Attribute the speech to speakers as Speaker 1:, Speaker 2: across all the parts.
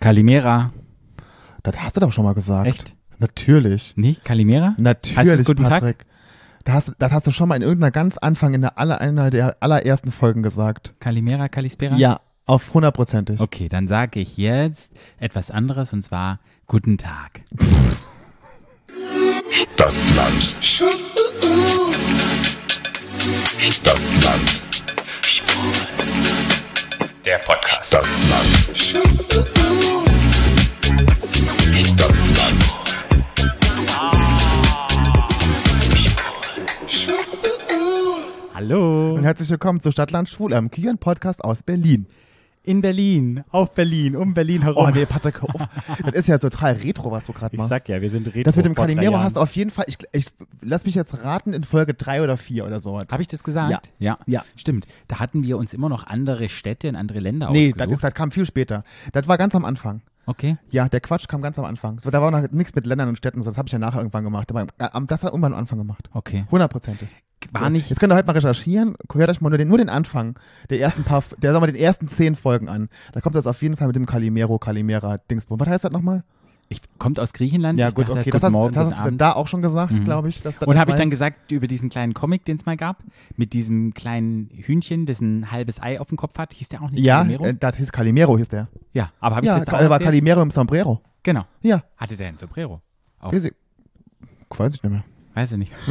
Speaker 1: Kalimera.
Speaker 2: Das hast du doch schon mal gesagt.
Speaker 1: Echt?
Speaker 2: Natürlich.
Speaker 1: Nicht? Kalimera?
Speaker 2: Natürlich,
Speaker 1: Heißt es guten Tag?
Speaker 2: Patrick. Das, hast- das hast du schon mal in irgendeiner ganz Anfang in der aller, einer der allerersten Folgen gesagt.
Speaker 1: Kalimera, Kalispera?
Speaker 2: Ja, auf hundertprozentig.
Speaker 1: Okay, dann sage ich jetzt etwas anderes und zwar Guten Tag.
Speaker 3: Stadtland. Stadtland. Der Podcast. Stadtland. Stadtland.
Speaker 1: Hallo.
Speaker 2: Und herzlich willkommen zu Stadtland Schwul, einem queeren Podcast aus Berlin.
Speaker 1: In Berlin, auf Berlin, um Berlin herum.
Speaker 2: Oh nee, Patrick, hör auf. das ist ja total retro, was du gerade
Speaker 1: ich
Speaker 2: machst.
Speaker 1: sag ja, wir sind retro.
Speaker 2: das mit dem
Speaker 1: vor drei
Speaker 2: Calimero
Speaker 1: Jahren.
Speaker 2: hast du auf jeden Fall, ich, ich lass mich jetzt raten, in Folge drei oder vier oder sowas.
Speaker 1: Habe ich das gesagt? Ja.
Speaker 2: Ja.
Speaker 1: Stimmt. Da hatten wir uns immer noch andere Städte und andere Länder
Speaker 2: Nee, das,
Speaker 1: ausgesucht.
Speaker 2: ist, das kam viel später. Das war ganz am Anfang.
Speaker 1: okay.
Speaker 2: Ja, der Quatsch kam ganz am Anfang. So, Da war noch nichts mit Ländern und Städten, so, das habe ich ja nachher irgendwann gemacht. Aber äh, am- das hat irgendwann am Anfang gemacht.
Speaker 1: Okay.
Speaker 2: Hundertprozentig.
Speaker 1: War nicht.
Speaker 2: Jetzt könnt ihr heute mal recherchieren. Hört euch mal nur den, nur den Anfang der ersten paar, der, sagen wir, den ersten zehn Folgen an. Da kommt das auf jeden Fall mit dem Calimero, Calimera, Dingsbum. Was heißt das nochmal?
Speaker 1: Ich, kommt aus Griechenland.
Speaker 2: Ja,
Speaker 1: ich
Speaker 2: gut,
Speaker 1: dachte,
Speaker 2: okay.
Speaker 1: Das
Speaker 2: Das
Speaker 1: heißt,
Speaker 2: hast,
Speaker 1: guten Morgen,
Speaker 2: das
Speaker 1: guten
Speaker 2: hast du
Speaker 1: Abend. Mhm.
Speaker 2: da auch schon gesagt, glaube ich. Dass das
Speaker 1: Und habe ich
Speaker 2: weiß.
Speaker 1: dann gesagt über diesen kleinen Comic, den es mal gab, mit diesem kleinen Hühnchen, das ein halbes Ei auf dem Kopf hat, hieß der auch nicht
Speaker 2: Ja,
Speaker 1: Calimero?
Speaker 2: äh, das hieß Calimero, hieß der.
Speaker 1: ja, aber habe ich
Speaker 2: ja,
Speaker 1: das da auch
Speaker 2: war
Speaker 1: erzählt?
Speaker 2: Calimero im Sombrero.
Speaker 1: Genau.
Speaker 2: Ja,
Speaker 1: Hatte der ein Sombrero? Auch.
Speaker 2: weiß ich weiß ich nicht mehr.
Speaker 1: Weiß ich nicht.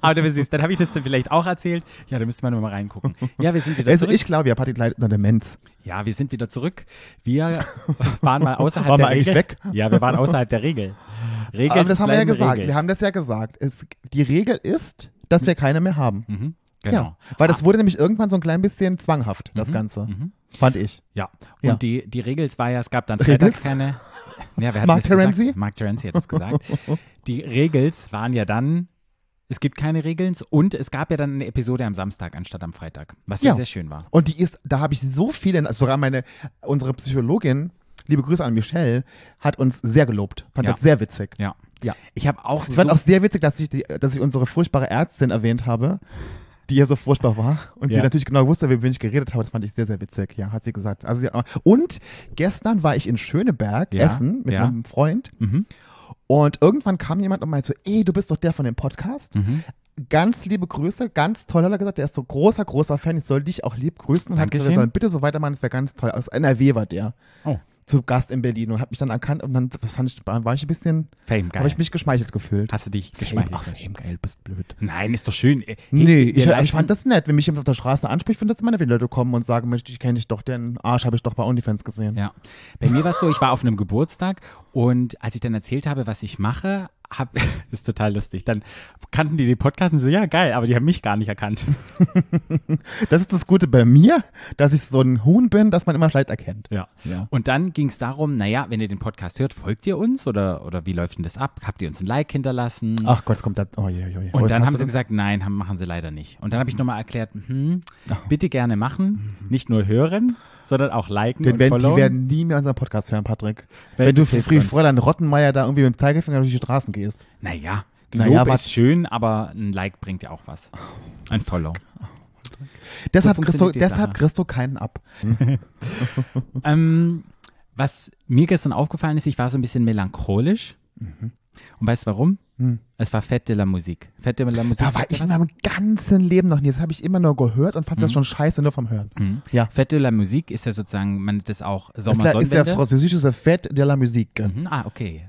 Speaker 1: aber du siehst, dann habe ich das dann vielleicht auch erzählt. Ja, da müsste man nur mal reingucken. Ja, wir sind wieder
Speaker 2: Also
Speaker 1: zurück.
Speaker 2: ich glaube ja, Patty leidet unter Demenz.
Speaker 1: Ja, wir sind wieder zurück. Wir waren mal außerhalb
Speaker 2: Waren
Speaker 1: der
Speaker 2: wir eigentlich
Speaker 1: Regel.
Speaker 2: weg?
Speaker 1: Ja, wir waren außerhalb der Regel. Regeln
Speaker 2: Aber das haben wir ja
Speaker 1: bleiben
Speaker 2: gesagt.
Speaker 1: Regeln.
Speaker 2: Wir haben das ja gesagt. Es, die Regel ist, dass wir keine mehr haben.
Speaker 1: mhm, genau. Mhm.
Speaker 2: Ja, weil das wurde nämlich irgendwann so ein klein bisschen zwanghaft, das Ganze. Fand ich.
Speaker 1: Ja, und
Speaker 2: Ja.
Speaker 1: Die, die Regels war ja, es gab dann
Speaker 2: Regels?
Speaker 1: freitags keine. Ja, wer hat
Speaker 2: Mark
Speaker 1: das gesagt?
Speaker 2: Terenzi?
Speaker 1: Mark Terenzi hat das gesagt. Die Regels waren ja dann, es gibt keine Regeln und es gab ja dann eine Episode am Samstag anstatt am Freitag, was ja,
Speaker 2: Ja.
Speaker 1: sehr schön war.
Speaker 2: Und die ist, da habe ich so viele, also sogar meine, unsere Psychologin, liebe Grüße an Michelle, hat uns sehr gelobt. Fand
Speaker 1: Ja.
Speaker 2: das sehr witzig.
Speaker 1: Ja.
Speaker 2: Ja.
Speaker 1: Ich habe auch
Speaker 2: Ich
Speaker 1: so,
Speaker 2: fand auch sehr witzig, dass ich, die, dass ich unsere furchtbare Ärztin erwähnt habe, die ja so furchtbar war. Und
Speaker 1: Ja.
Speaker 2: sie natürlich genau wusste, mit wem ich geredet habe. Das fand ich sehr, sehr witzig. Ja, hat sie gesagt. Also, sie, und gestern war ich in Schöneberg
Speaker 1: Ja,
Speaker 2: essen mit
Speaker 1: ja. Mhm.
Speaker 2: einem Freund. Und irgendwann kam jemand und meinte so, ey, du bist doch der von dem Podcast.
Speaker 1: Mhm.
Speaker 2: Ganz liebe Grüße, ganz toll, hat er gesagt, der ist so großer, großer Fan, ich soll dich auch lieb grüßen. Und hat gesagt,
Speaker 1: Dankeschön.
Speaker 2: wir sollen bitte so weitermachen, das wäre ganz toll. Aus NRW war der
Speaker 1: oh,
Speaker 2: zu Gast in Berlin und hat mich dann erkannt und dann das fand ich, war ich ein bisschen,
Speaker 1: Fame, geil.
Speaker 2: habe ich mich geschmeichelt gefühlt.
Speaker 1: Hast du dich
Speaker 2: Fame,
Speaker 1: geschmeichelt?
Speaker 2: ach, Fame, geil, bist blöd.
Speaker 1: Nein, ist doch schön. Äh,
Speaker 2: Nee,
Speaker 1: wir
Speaker 2: ich,
Speaker 1: leisten-
Speaker 2: ich fand das nett. Wenn mich jemand auf der Straße anspricht, finde ich das immer nett, wenn Leute kommen und sagen, Mensch, ich kenne dich doch, den Arsch habe ich doch bei OnlyFans gesehen.
Speaker 1: Ja. Bei mir war es so, ich war auf einem Geburtstag und als ich dann erzählt habe, was ich mache, hab, das ist total lustig. Dann kannten die den Podcast und so, ja, geil, aber die haben mich gar nicht erkannt.
Speaker 2: Das ist das Gute bei mir, dass ich so ein Huhn bin, dass man immer leicht erkennt.
Speaker 1: Ja.
Speaker 2: Ja.
Speaker 1: Und dann ging es darum, naja, wenn ihr den Podcast hört, folgt ihr uns oder, oder wie läuft denn das ab? Habt ihr uns ein Like hinterlassen?
Speaker 2: Ach Gott, es kommt da. Oh, je, je, je.
Speaker 1: Und dann
Speaker 2: hast
Speaker 1: haben
Speaker 2: du
Speaker 1: sie
Speaker 2: das-
Speaker 1: gesagt, nein, haben, machen sie leider nicht. Und dann habe ich nochmal erklärt, hm,
Speaker 2: Ah.
Speaker 1: bitte gerne machen, nicht nur hören, sondern auch liken
Speaker 2: Denn
Speaker 1: und
Speaker 2: wenn, die
Speaker 1: followen.
Speaker 2: Mhm. werden nie mehr unseren Podcast hören, Patrick.
Speaker 1: Wenn
Speaker 2: Wenn, du
Speaker 1: das
Speaker 2: für
Speaker 1: hilft
Speaker 2: Free
Speaker 1: uns.
Speaker 2: Fräulein Rottenmeier da irgendwie mit dem Zeigefinger durch die Straßen gehst.
Speaker 1: naja, Lob
Speaker 2: Naja, aber-
Speaker 1: ist schön, aber ein Like bringt ja auch was. Ein Follow.
Speaker 2: Deshalb, kriegst, du,
Speaker 1: funktioniert die
Speaker 2: deshalb
Speaker 1: Sache.
Speaker 2: kriegst du keinen ab.
Speaker 1: Ähm, was mir gestern aufgefallen ist, ich war so ein bisschen melancholisch.
Speaker 2: Mhm.
Speaker 1: Und weißt du warum? Es war Fett de la Musik. Fett de la Musik.
Speaker 2: Hm. Da war
Speaker 1: sagt dir
Speaker 2: ich in
Speaker 1: was? Mhm.
Speaker 2: meinem ganzen Leben noch nie. Das habe ich immer nur gehört und fand das schon scheiße, nur vom Hören. Ja.
Speaker 1: Fête de la Musique ist ja sozusagen, man nennt das auch
Speaker 2: Das ist der- ist der
Speaker 1: Sommersonnenwende.
Speaker 2: französische Fête de la Musique.
Speaker 1: Mhm, ah, okay.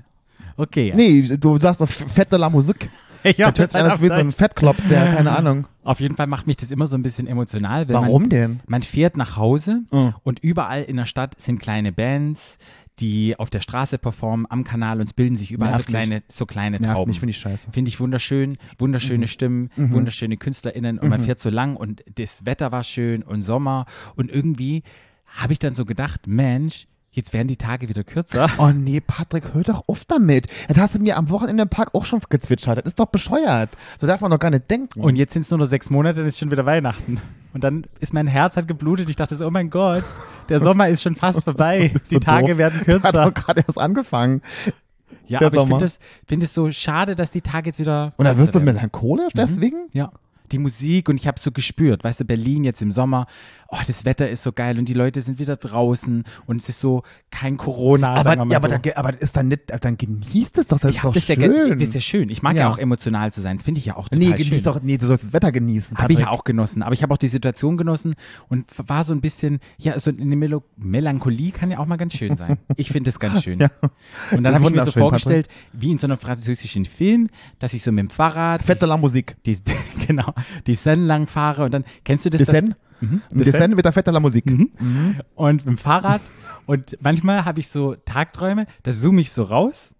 Speaker 1: Okay.
Speaker 2: Nee, du sagst doch Fête de la Musique.
Speaker 1: ich hab
Speaker 2: Das hört sich
Speaker 1: dann
Speaker 2: an, als wie so ein
Speaker 1: auf-
Speaker 2: Fettklops, ja, keine Ahnung.
Speaker 1: Auf jeden Fall macht mich das immer so ein bisschen emotional. Wenn
Speaker 2: Warum
Speaker 1: man,
Speaker 2: denn?
Speaker 1: Man fährt nach Hause
Speaker 2: Mhm.
Speaker 1: und überall in der Stadt sind kleine Bands, die auf der Straße performen, am Kanal und es bilden sich überall so
Speaker 2: Nervt mich.
Speaker 1: kleine, so kleine
Speaker 2: Nervt
Speaker 1: Trauben.
Speaker 2: mich, finde ich scheiße.
Speaker 1: Finde ich wunderschön,
Speaker 2: Mhm.
Speaker 1: wunderschöne Stimmen, wunderschöne KünstlerInnen und man fährt so lang und das Wetter war schön und Sommer und irgendwie habe ich dann so gedacht, Mensch, jetzt werden die Tage wieder kürzer.
Speaker 2: Oh nee, Patrick, hör doch auf damit. Das hast du mir am Wochenende im Park auch schon gezwitschert. Das ist doch bescheuert. So darf man doch gar nicht denken.
Speaker 1: Und jetzt sind es nur noch sechs Monate, dann ist schon wieder Weihnachten. Und dann ist mein Herz hat geblutet. Ich dachte so, oh mein Gott, der Sommer ist schon fast vorbei. Die
Speaker 2: So
Speaker 1: Tage
Speaker 2: doof.
Speaker 1: werden
Speaker 2: Hat
Speaker 1: kürzer.
Speaker 2: doch gerade erst angefangen.
Speaker 1: Ja,
Speaker 2: der
Speaker 1: aber ich
Speaker 2: Sommer.
Speaker 1: finde es find es so schade, dass die Tage jetzt wieder.
Speaker 2: Und dann wirst du
Speaker 1: kürzer werden.
Speaker 2: melancholisch deswegen?
Speaker 1: Ja. die Musik und ich habe so gespürt, weißt du, Berlin jetzt im Sommer, oh, das Wetter ist so geil und die Leute sind wieder draußen und es ist so kein Corona,
Speaker 2: Aber,
Speaker 1: sagen wir mal
Speaker 2: ja, aber,
Speaker 1: so.
Speaker 2: da, ge- aber ist dann nicht, dann genießt es doch, das ist
Speaker 1: Ja,
Speaker 2: doch
Speaker 1: das, ist ja, ge-
Speaker 2: schön.
Speaker 1: das ist ja schön. Ich mag ja,
Speaker 2: Ja.
Speaker 1: auch emotional zu sein. Das finde ich ja auch total
Speaker 2: nee,
Speaker 1: schön.
Speaker 2: genieß doch, nee, du sollst das Wetter genießen.
Speaker 1: Habe ich
Speaker 2: Patrick.
Speaker 1: ja auch genossen, aber ich habe auch die Situation genossen und f- war so ein bisschen, ja, so eine Melo Melancholie kann ja auch mal ganz schön sein. Ich finde es ganz schön. Und dann
Speaker 2: Ist
Speaker 1: habe ich mir so
Speaker 2: wunderschön,
Speaker 1: vorgestellt, wie in so einem französischen Film, dass ich so mit dem Fahrrad
Speaker 2: Fette Musik.
Speaker 1: die, die, genau, die Seine lang fahre und dann, kennst du das? das
Speaker 2: Descent? Mhm. Descent mit der fetter Musik.
Speaker 1: Mhm. und mit dem Fahrrad und manchmal habe ich so Tagträume, da zoome ich so raus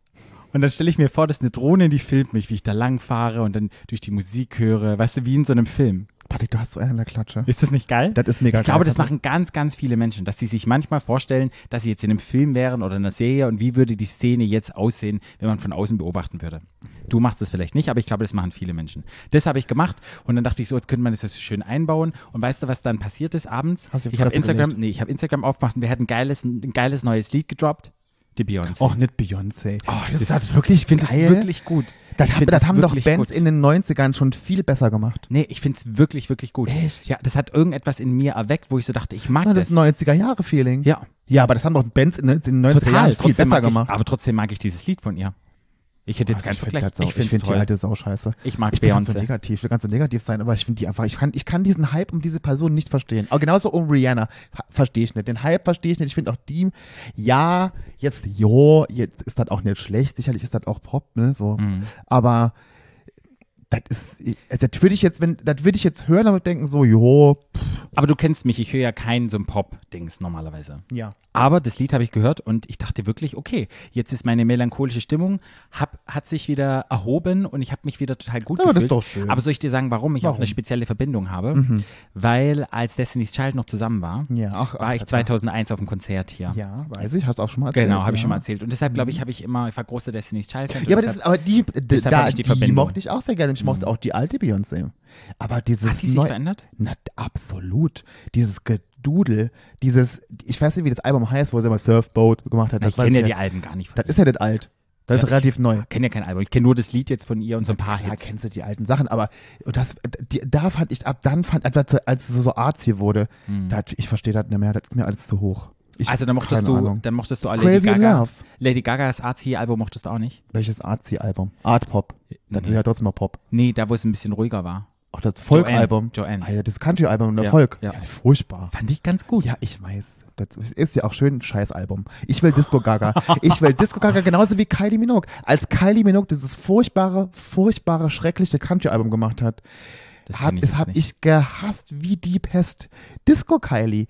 Speaker 1: und dann stelle ich mir vor, dass eine Drohne, die filmt mich, wie ich da lang fahre und dann durch die Musik höre, weißt du, wie in so einem Film.
Speaker 2: Patrick, du hast so einen an der Klatsche.
Speaker 1: Ist das nicht geil?
Speaker 2: Das ist mega
Speaker 1: Ich glaube,
Speaker 2: geil,
Speaker 1: das machen ganz, ganz viele Menschen, dass sie sich manchmal vorstellen, dass sie jetzt in einem Film wären oder in einer Serie und wie würde die Szene jetzt aussehen, wenn man von außen beobachten würde. Du machst das vielleicht nicht, aber ich glaube, das machen viele Menschen. Das habe ich gemacht und dann dachte ich so, jetzt könnte man das jetzt schön einbauen und weißt du, was dann passiert ist abends?
Speaker 2: Hast du die
Speaker 1: ich habe
Speaker 2: Fresse gelegt?
Speaker 1: Instagram, nee, ich habe Instagram aufgemacht und wir hatten ein geiles, ein geiles neues Lied gedroppt. Die Beyoncé.
Speaker 2: Och, nicht Beyoncé. Oh,
Speaker 1: das ist wirklich, ich finde das wirklich gut. Ich
Speaker 2: Das, haben,
Speaker 1: find
Speaker 2: das haben doch
Speaker 1: wirklich
Speaker 2: Bands
Speaker 1: gut.
Speaker 2: in den 90ern schon viel besser gemacht.
Speaker 1: Nee, ich finde es wirklich, wirklich gut.
Speaker 2: Echt?
Speaker 1: Ja, das hat irgendetwas in mir erweckt, wo ich so dachte, ich mag
Speaker 2: Na,
Speaker 1: das.
Speaker 2: das ist 90er-Jahre-Feeling.
Speaker 1: ja,
Speaker 2: ja, aber das haben doch Bands in den 90er
Speaker 1: total
Speaker 2: Jahren viel
Speaker 1: trotzdem
Speaker 2: besser
Speaker 1: mag
Speaker 2: gemacht.
Speaker 1: Ich, aber trotzdem mag ich dieses Lied von ihr. Ich hätte jetzt
Speaker 2: Also
Speaker 1: keinen Vergleich.
Speaker 2: das Sau, ich
Speaker 1: find's
Speaker 2: finde die halt
Speaker 1: toll.
Speaker 2: alte Sau scheiße.
Speaker 1: Ich mag
Speaker 2: ich bin ganz so
Speaker 1: Beyoncé.
Speaker 2: negativ, ich will ganz so negativ sein, aber ich finde die einfach, ich kann, ich kann diesen Hype um diese Person nicht verstehen. Auch genauso um Rihanna ha- verstehe ich nicht. Den Hype verstehe ich nicht. Ich finde auch die, ja, jetzt, jo, jetzt ist das auch nicht schlecht. Sicherlich ist das auch Pop, ne, so.
Speaker 1: Mhm.
Speaker 2: Aber das ist, ich- das würde ich jetzt, wenn, das würde ich jetzt hören und denken so, jo, pff,
Speaker 1: Aber du kennst mich, ich höre ja keinen so ein Pop-Dings normalerweise.
Speaker 2: ja.
Speaker 1: Aber das Lied habe ich gehört und ich dachte wirklich, okay, jetzt ist meine melancholische Stimmung, hab, hat sich wieder erhoben und ich habe mich wieder total gut
Speaker 2: Ja, aber
Speaker 1: gefühlt.
Speaker 2: das ist doch schön.
Speaker 1: Aber soll ich dir sagen, warum ich auch
Speaker 2: Warum? Mhm.
Speaker 1: eine spezielle Verbindung habe? Weil als Destiny's Child noch zusammen war,
Speaker 2: Ja, ach,
Speaker 1: war
Speaker 2: ach,
Speaker 1: ich
Speaker 2: das war-
Speaker 1: 2001 auf dem Konzert hier.
Speaker 2: Ja, weiß ich, hast du auch schon mal erzählt.
Speaker 1: Genau, habe
Speaker 2: ja. Mhm.
Speaker 1: ich schon mal erzählt. Und deshalb glaube ich, habe ich immer, ich war großer Destiny's Child-Fan. und
Speaker 2: Ja, aber,
Speaker 1: deshalb-
Speaker 2: das, aber die, d-
Speaker 1: deshalb hab
Speaker 2: da,
Speaker 1: ich die
Speaker 2: die,
Speaker 1: Verbindung. Mhm.
Speaker 2: mochte ich auch sehr gerne. Ich mochte auch die alte Beyoncé. Aber dieses
Speaker 1: Hat sie sich
Speaker 2: neu-
Speaker 1: verändert?
Speaker 2: Na, absolut. Dieses Gedudel, dieses, ich weiß nicht, wie das Album heißt, wo sie immer Surfboat gemacht hat.
Speaker 1: Na,
Speaker 2: Das
Speaker 1: ich
Speaker 2: weiß
Speaker 1: kenne ja
Speaker 2: ich
Speaker 1: die
Speaker 2: nicht.
Speaker 1: Alben gar nicht.
Speaker 2: Das ist ja nicht alt. Das
Speaker 1: Ja,
Speaker 2: ist relativ neu.
Speaker 1: kenne ja kein Album. Ich kenne nur das Lied jetzt von ihr und so ein paar
Speaker 2: Klar
Speaker 1: Hits.
Speaker 2: kennst du die alten Sachen, aber und das, die, da fand ich, ab dann fand, als sie- als sie so, so artsy wurde, da hat, ich verstehe das nicht mehr, das ist mir alles zu hoch. Ich,
Speaker 1: Mhm. also dann mochtest
Speaker 2: keine
Speaker 1: du,
Speaker 2: Ahnung.
Speaker 1: dann mochtest du auch Lady
Speaker 2: Crazy in
Speaker 1: Gaga.
Speaker 2: Love.
Speaker 1: Lady Gagas AC-Album mochtest du auch nicht?
Speaker 2: Welches Artsy-Album? Art Pop. Das
Speaker 1: Nee.
Speaker 2: ist ja trotzdem mal Pop.
Speaker 1: Nee, da wo es ein bisschen ruhiger war.
Speaker 2: Auch das Folk-Album.
Speaker 1: Joanne.
Speaker 2: Alter, das Country-Album und
Speaker 1: Ja,
Speaker 2: Erfolg.
Speaker 1: ja.
Speaker 2: furchtbar.
Speaker 1: Fand ich ganz gut.
Speaker 2: Ja, ich weiß. Das ist ja auch schön ein Scheißalbum. Ich will Disco Gaga. Ich will Disco Gaga genauso wie Kylie Minogue. Als Kylie Minogue dieses furchtbare, furchtbare, schreckliche Country-Album gemacht hat,
Speaker 1: das
Speaker 2: hab,
Speaker 1: kenn ich
Speaker 2: es
Speaker 1: jetzt
Speaker 2: hab
Speaker 1: nicht.
Speaker 2: ich gehasst wie die Pest. Disco Kylie.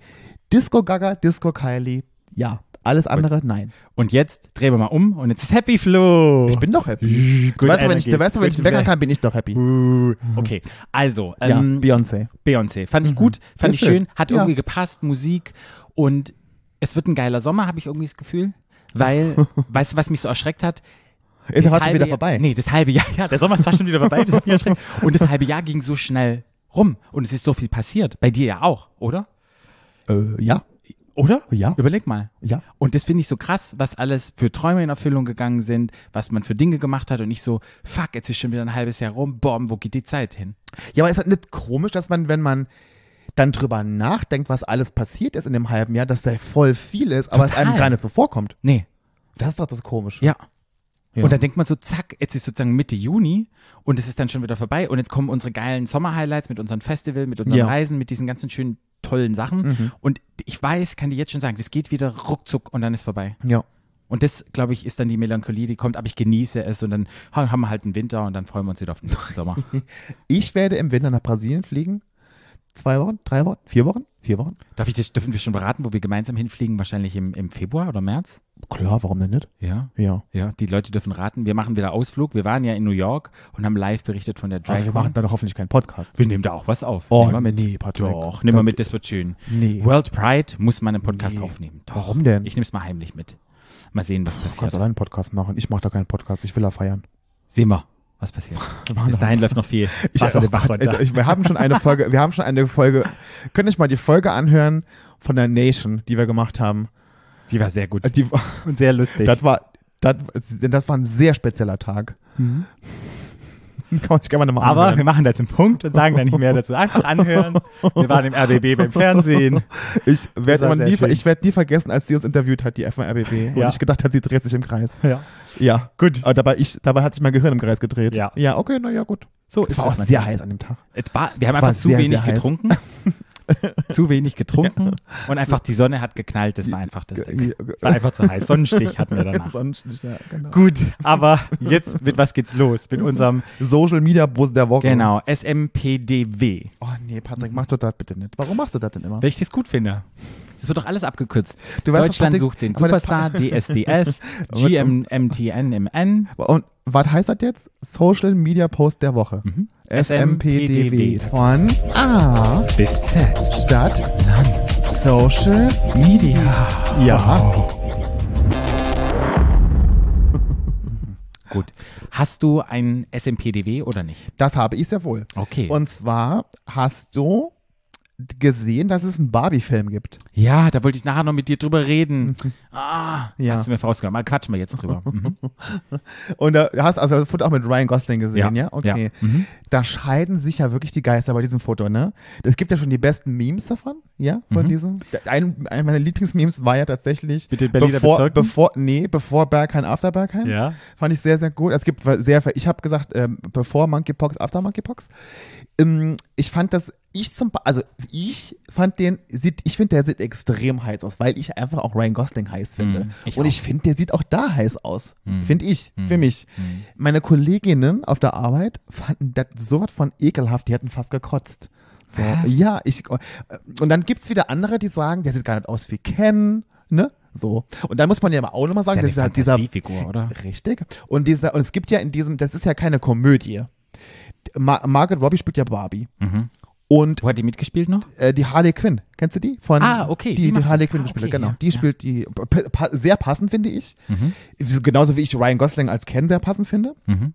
Speaker 2: Disco Gaga, Disco Kylie. Ja. Alles andere, nein.
Speaker 1: Und jetzt drehen wir mal um und jetzt ist Happy Flo.
Speaker 2: Ich bin doch happy.
Speaker 1: Good
Speaker 2: Du weißt, doch, wenn ich,
Speaker 1: Energy.
Speaker 2: du weißt doch, wenn ich
Speaker 1: Good
Speaker 2: meckern
Speaker 1: Energy.
Speaker 2: kann, bin ich doch happy.
Speaker 1: Okay, also
Speaker 2: Ja,
Speaker 1: ähm,
Speaker 2: Beyoncé.
Speaker 1: Beyoncé. Fand ich gut, fand ich
Speaker 2: Sehr
Speaker 1: schön,
Speaker 2: schön.
Speaker 1: hat
Speaker 2: Ja.
Speaker 1: irgendwie gepasst, Musik und es wird ein geiler Sommer, habe ich irgendwie das Gefühl. Weil, weißt du, was mich so erschreckt hat?
Speaker 2: Ist ja
Speaker 1: Das
Speaker 2: fast schon
Speaker 1: halbe
Speaker 2: wieder
Speaker 1: Jahr-
Speaker 2: vorbei.
Speaker 1: Nee, das halbe Jahr, ja, der Sommer ist fast schon wieder vorbei, das hat mich erschreckt. Und das halbe Jahr ging so schnell rum und es ist so viel passiert. Bei dir ja auch, oder?
Speaker 2: Äh, ja,
Speaker 1: Oder?
Speaker 2: Ja.
Speaker 1: Überleg mal.
Speaker 2: ja.
Speaker 1: Und das finde ich so krass, was alles für Träume in Erfüllung gegangen sind, was man für Dinge gemacht hat und nicht so, fuck, jetzt ist schon wieder ein halbes Jahr rum, boom, wo geht die Zeit hin?
Speaker 2: Ja, aber ist das nicht komisch, dass man, wenn man dann drüber nachdenkt, was alles passiert ist in dem halben Jahr, dass da voll viel ist, aber es
Speaker 1: Total.
Speaker 2: einem gar nicht so vorkommt.
Speaker 1: Nee,
Speaker 2: Das ist doch das Komische.
Speaker 1: ja.
Speaker 2: Ja.
Speaker 1: Und dann denkt man so, zack, jetzt ist sozusagen Mitte Juni und es ist dann schon wieder vorbei und jetzt kommen unsere geilen Sommer-Highlights mit unseren Festival, mit unseren
Speaker 2: Ja. Mhm.
Speaker 1: Reisen, mit diesen ganzen schönen, tollen Sachen. Und ich weiß, kann dir jetzt schon sagen, das geht wieder ruckzuck und dann ist vorbei.
Speaker 2: ja.
Speaker 1: Und das, glaube ich, ist dann die Melancholie, die kommt, aber ich genieße es und dann ha- haben wir halt einen Winter und dann freuen wir uns wieder auf den nächsten Sommer.
Speaker 2: Ich werde im Winter nach Brasilien fliegen. Zwei Wochen, drei Wochen, vier Wochen, vier Wochen.
Speaker 1: Darf ich das, dürfen wir schon beraten, wo wir gemeinsam hinfliegen? Wahrscheinlich im, im Februar oder März?
Speaker 2: Klar, warum denn nicht?
Speaker 1: Ja.
Speaker 2: Ja.
Speaker 1: Ja, die Leute dürfen raten. Wir machen wieder Ausflug. Wir waren ja in New York und haben live berichtet von der
Speaker 2: Aber
Speaker 1: Drive.
Speaker 2: wir machen dann doch hoffentlich keinen Podcast.
Speaker 1: wir nehmen da auch was auf.
Speaker 2: Oh,
Speaker 1: nehmen wir mit.
Speaker 2: nee, Patrick.
Speaker 1: Doch, nehmen wir
Speaker 2: Da-
Speaker 1: mit, das wird schön.
Speaker 2: Nee.
Speaker 1: World Pride muss man im Podcast
Speaker 2: Nee.
Speaker 1: aufnehmen. Doch.
Speaker 2: Warum denn? Oh
Speaker 1: Ich nehme es mal heimlich mit. Mal sehen, was
Speaker 2: Du kannst
Speaker 1: passiert.
Speaker 2: allein einen Podcast machen. Ich mache da keinen Podcast. Ich will da feiern.
Speaker 1: Sehen wir, was passiert. Bis dahin läuft noch viel. Wasser den Bach runter.
Speaker 2: also, ich, wir haben schon eine Folge, wir haben schon eine Folge. Könnt ihr euch mal die Folge anhören von der Nation, die wir gemacht haben?
Speaker 1: Die war sehr gut
Speaker 2: Die,
Speaker 1: und sehr lustig.
Speaker 2: Das war, das, das war ein sehr spezieller Tag. Kann ich gerne mal nochmal
Speaker 1: Mhm. Aber wir
Speaker 2: anhören.
Speaker 1: machen da jetzt einen Punkt und sagen da nicht mehr dazu. Einfach anhören. Wir waren im RBB beim Fernsehen.
Speaker 2: ich
Speaker 1: Das war
Speaker 2: werde
Speaker 1: sehr
Speaker 2: nie, ver-
Speaker 1: schön.
Speaker 2: ich werd nie vergessen, als die uns interviewt hat, die FMRBB.
Speaker 1: Ja.
Speaker 2: Und ich gedacht hat, sie dreht sich im Kreis.
Speaker 1: Ja.
Speaker 2: Ja, gut. Aber dabei, ich, dabei hat sich mein Gehirn im Kreis gedreht.
Speaker 1: Ja.
Speaker 2: Ja, okay, naja, gut.
Speaker 1: So,
Speaker 2: Es Äh,
Speaker 1: ist
Speaker 2: war auch
Speaker 1: das
Speaker 2: sehr heiß an dem Tag.
Speaker 1: Es war, wir haben
Speaker 2: Es
Speaker 1: einfach
Speaker 2: war
Speaker 1: zu
Speaker 2: sehr,
Speaker 1: wenig
Speaker 2: sehr heiß.
Speaker 1: getrunken. zu wenig getrunken und einfach die Sonne hat geknallt. Das war einfach das Ding. War einfach zu heiß. Sonnenstich hatten wir danach.
Speaker 2: äh, Sonst nicht, ja, genau.
Speaker 1: Gut, aber jetzt mit was geht's los? Mit unserem,
Speaker 2: Social Media Bus der Woche.
Speaker 1: genau, SMPDW.
Speaker 2: Oh nee, Patrick, mach doch das bitte nicht. Warum machst du das denn immer?
Speaker 1: Weil ich das gut finde. Das wird doch alles abgekürzt.
Speaker 2: Du weißt doch,
Speaker 1: Deutschland
Speaker 2: Patrick,
Speaker 1: sucht den
Speaker 2: aber der
Speaker 1: Superstar, DSDS, GMMTNMN.
Speaker 2: Und was heißt das jetzt? Social Media Post der Woche.
Speaker 1: Mhm.
Speaker 2: SMPDW.
Speaker 1: SMPDW.
Speaker 2: Von A
Speaker 1: Bis Z.
Speaker 2: Stadt Land Social
Speaker 1: Media.
Speaker 2: Ja.
Speaker 1: Gut. Hast du ein SMPDW oder nicht?
Speaker 2: Das habe ich sehr wohl.
Speaker 1: Okay.
Speaker 2: Und zwar hast du gesehen, dass es einen Barbie-Film gibt.
Speaker 1: ja, da wollte ich nachher noch mit dir drüber reden. Ah,
Speaker 2: Ja.
Speaker 1: hast du mir vorausgenommen. Mal quatschen wir jetzt drüber. Mhm.
Speaker 2: Und da hast also das Foto auch mit Ryan Gosling gesehen, ja? Okay.
Speaker 1: Ja. Mhm.
Speaker 2: Da scheiden sich ja wirklich die Geister bei diesem Foto, ne? Es gibt ja schon die besten Memes davon, ja? Von diesem. Ein, ein meiner Lieblingsmemes war ja tatsächlich.
Speaker 1: Mhm. Mit den Berliner
Speaker 2: bevor,
Speaker 1: Bezirken?
Speaker 2: bevor, nee, bevor Bergheim, After Bergheim.
Speaker 1: Ja.
Speaker 2: Fand ich sehr, sehr gut. Es gibt sehr, ich habe gesagt, ähm, bevor Monkeypox, After Monkeypox. Ähm, ich fand das, ich zum, Ba- also ich fand den, sieht, ich finde, der sieht extrem heiß aus, weil ich einfach auch Ryan Gosling heiß finde.
Speaker 1: Mm, ich
Speaker 2: Und
Speaker 1: auch.
Speaker 2: ich finde, der sieht auch da heiß aus.
Speaker 1: Mm.
Speaker 2: Finde ich, für mich.
Speaker 1: Mhm.
Speaker 2: Meine Kolleginnen auf der Arbeit fanden das sowas von ekelhaft, die hatten fast gekotzt. So,
Speaker 1: Was?
Speaker 2: ja, ich, äh, und dann gibt's wieder andere, die sagen, der sieht gar nicht aus wie Ken, ne? So. Und dann muss man ja aber auch nochmal sagen,
Speaker 1: Das
Speaker 2: das
Speaker 1: ist
Speaker 2: ist
Speaker 1: ja eine
Speaker 2: halt dieser
Speaker 1: Fantasiefigur, oder?
Speaker 2: Richtig. Und, dieser, und es gibt ja in diesem, das ist ja keine Komödie. Ma Margaret Robbie spielt ja Barbie.
Speaker 1: Mhm.
Speaker 2: Und
Speaker 1: Wo hat die mitgespielt noch?
Speaker 2: äh, die Harley Quinn, kennst du die? Von,
Speaker 1: Ah, okay, die
Speaker 2: Die, die,
Speaker 1: macht
Speaker 2: Harley
Speaker 1: das.
Speaker 2: Quinn
Speaker 1: Ah,
Speaker 2: gespielt,
Speaker 1: okay,
Speaker 2: hat, genau.
Speaker 1: ja,
Speaker 2: die
Speaker 1: ja.
Speaker 2: spielt die, p- pa sehr passend finde ich. Wieso- Genauso wie ich Ryan Gosling als Ken sehr passend finde.
Speaker 1: Mhm.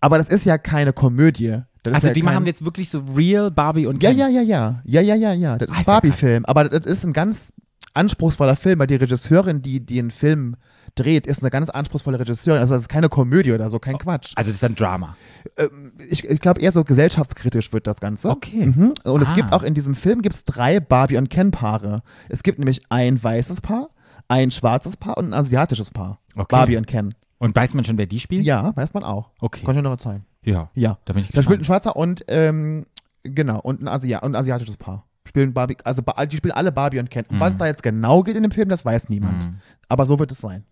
Speaker 2: Aber das ist ja keine Komödie. Das ist
Speaker 1: Also
Speaker 2: ja
Speaker 1: die
Speaker 2: kein,
Speaker 1: machen jetzt wirklich so real Barbie und
Speaker 2: Ja,
Speaker 1: Ken.
Speaker 2: ja, ja, ja. Ja, ja, ja, ja. Das
Speaker 1: Ah,
Speaker 2: ist ein
Speaker 1: ist ja
Speaker 2: Barbie-Film. Aber das ist ein ganz anspruchsvoller Film, weil die Regisseurin, die den Film dreht, ist eine ganz anspruchsvolle Regisseurin. Also das ist keine Komödie oder so, kein Quatsch.
Speaker 1: Also das ist ein Drama.
Speaker 2: Ähm, ich, ich glaube eher so gesellschaftskritisch wird das Ganze.
Speaker 1: Okay.
Speaker 2: Mhm. Und es gibt
Speaker 1: Ah.
Speaker 2: auch in diesem Film gibt's drei Barbie und Ken Paare. Es gibt nämlich ein weißes Paar, ein schwarzes Paar und ein asiatisches Paar.
Speaker 1: Okay.
Speaker 2: Barbie und Ken.
Speaker 1: Und weiß man schon, wer die spielt?
Speaker 2: Ja, weiß man auch.
Speaker 1: Okay.
Speaker 2: Kann ich dir noch zeigen.
Speaker 1: Ja.
Speaker 2: Ja.
Speaker 1: Da bin ich
Speaker 2: Da spielt ein
Speaker 1: gespannt.
Speaker 2: Schwarzer und ähm, genau und ein, Asia und ein asiatisches Paar. Spielen Barbie, also ba- die spielen alle Barbie und Ken. Und
Speaker 1: Hm.
Speaker 2: was da jetzt genau geht in dem Film, das weiß niemand. Aber so wird es sein.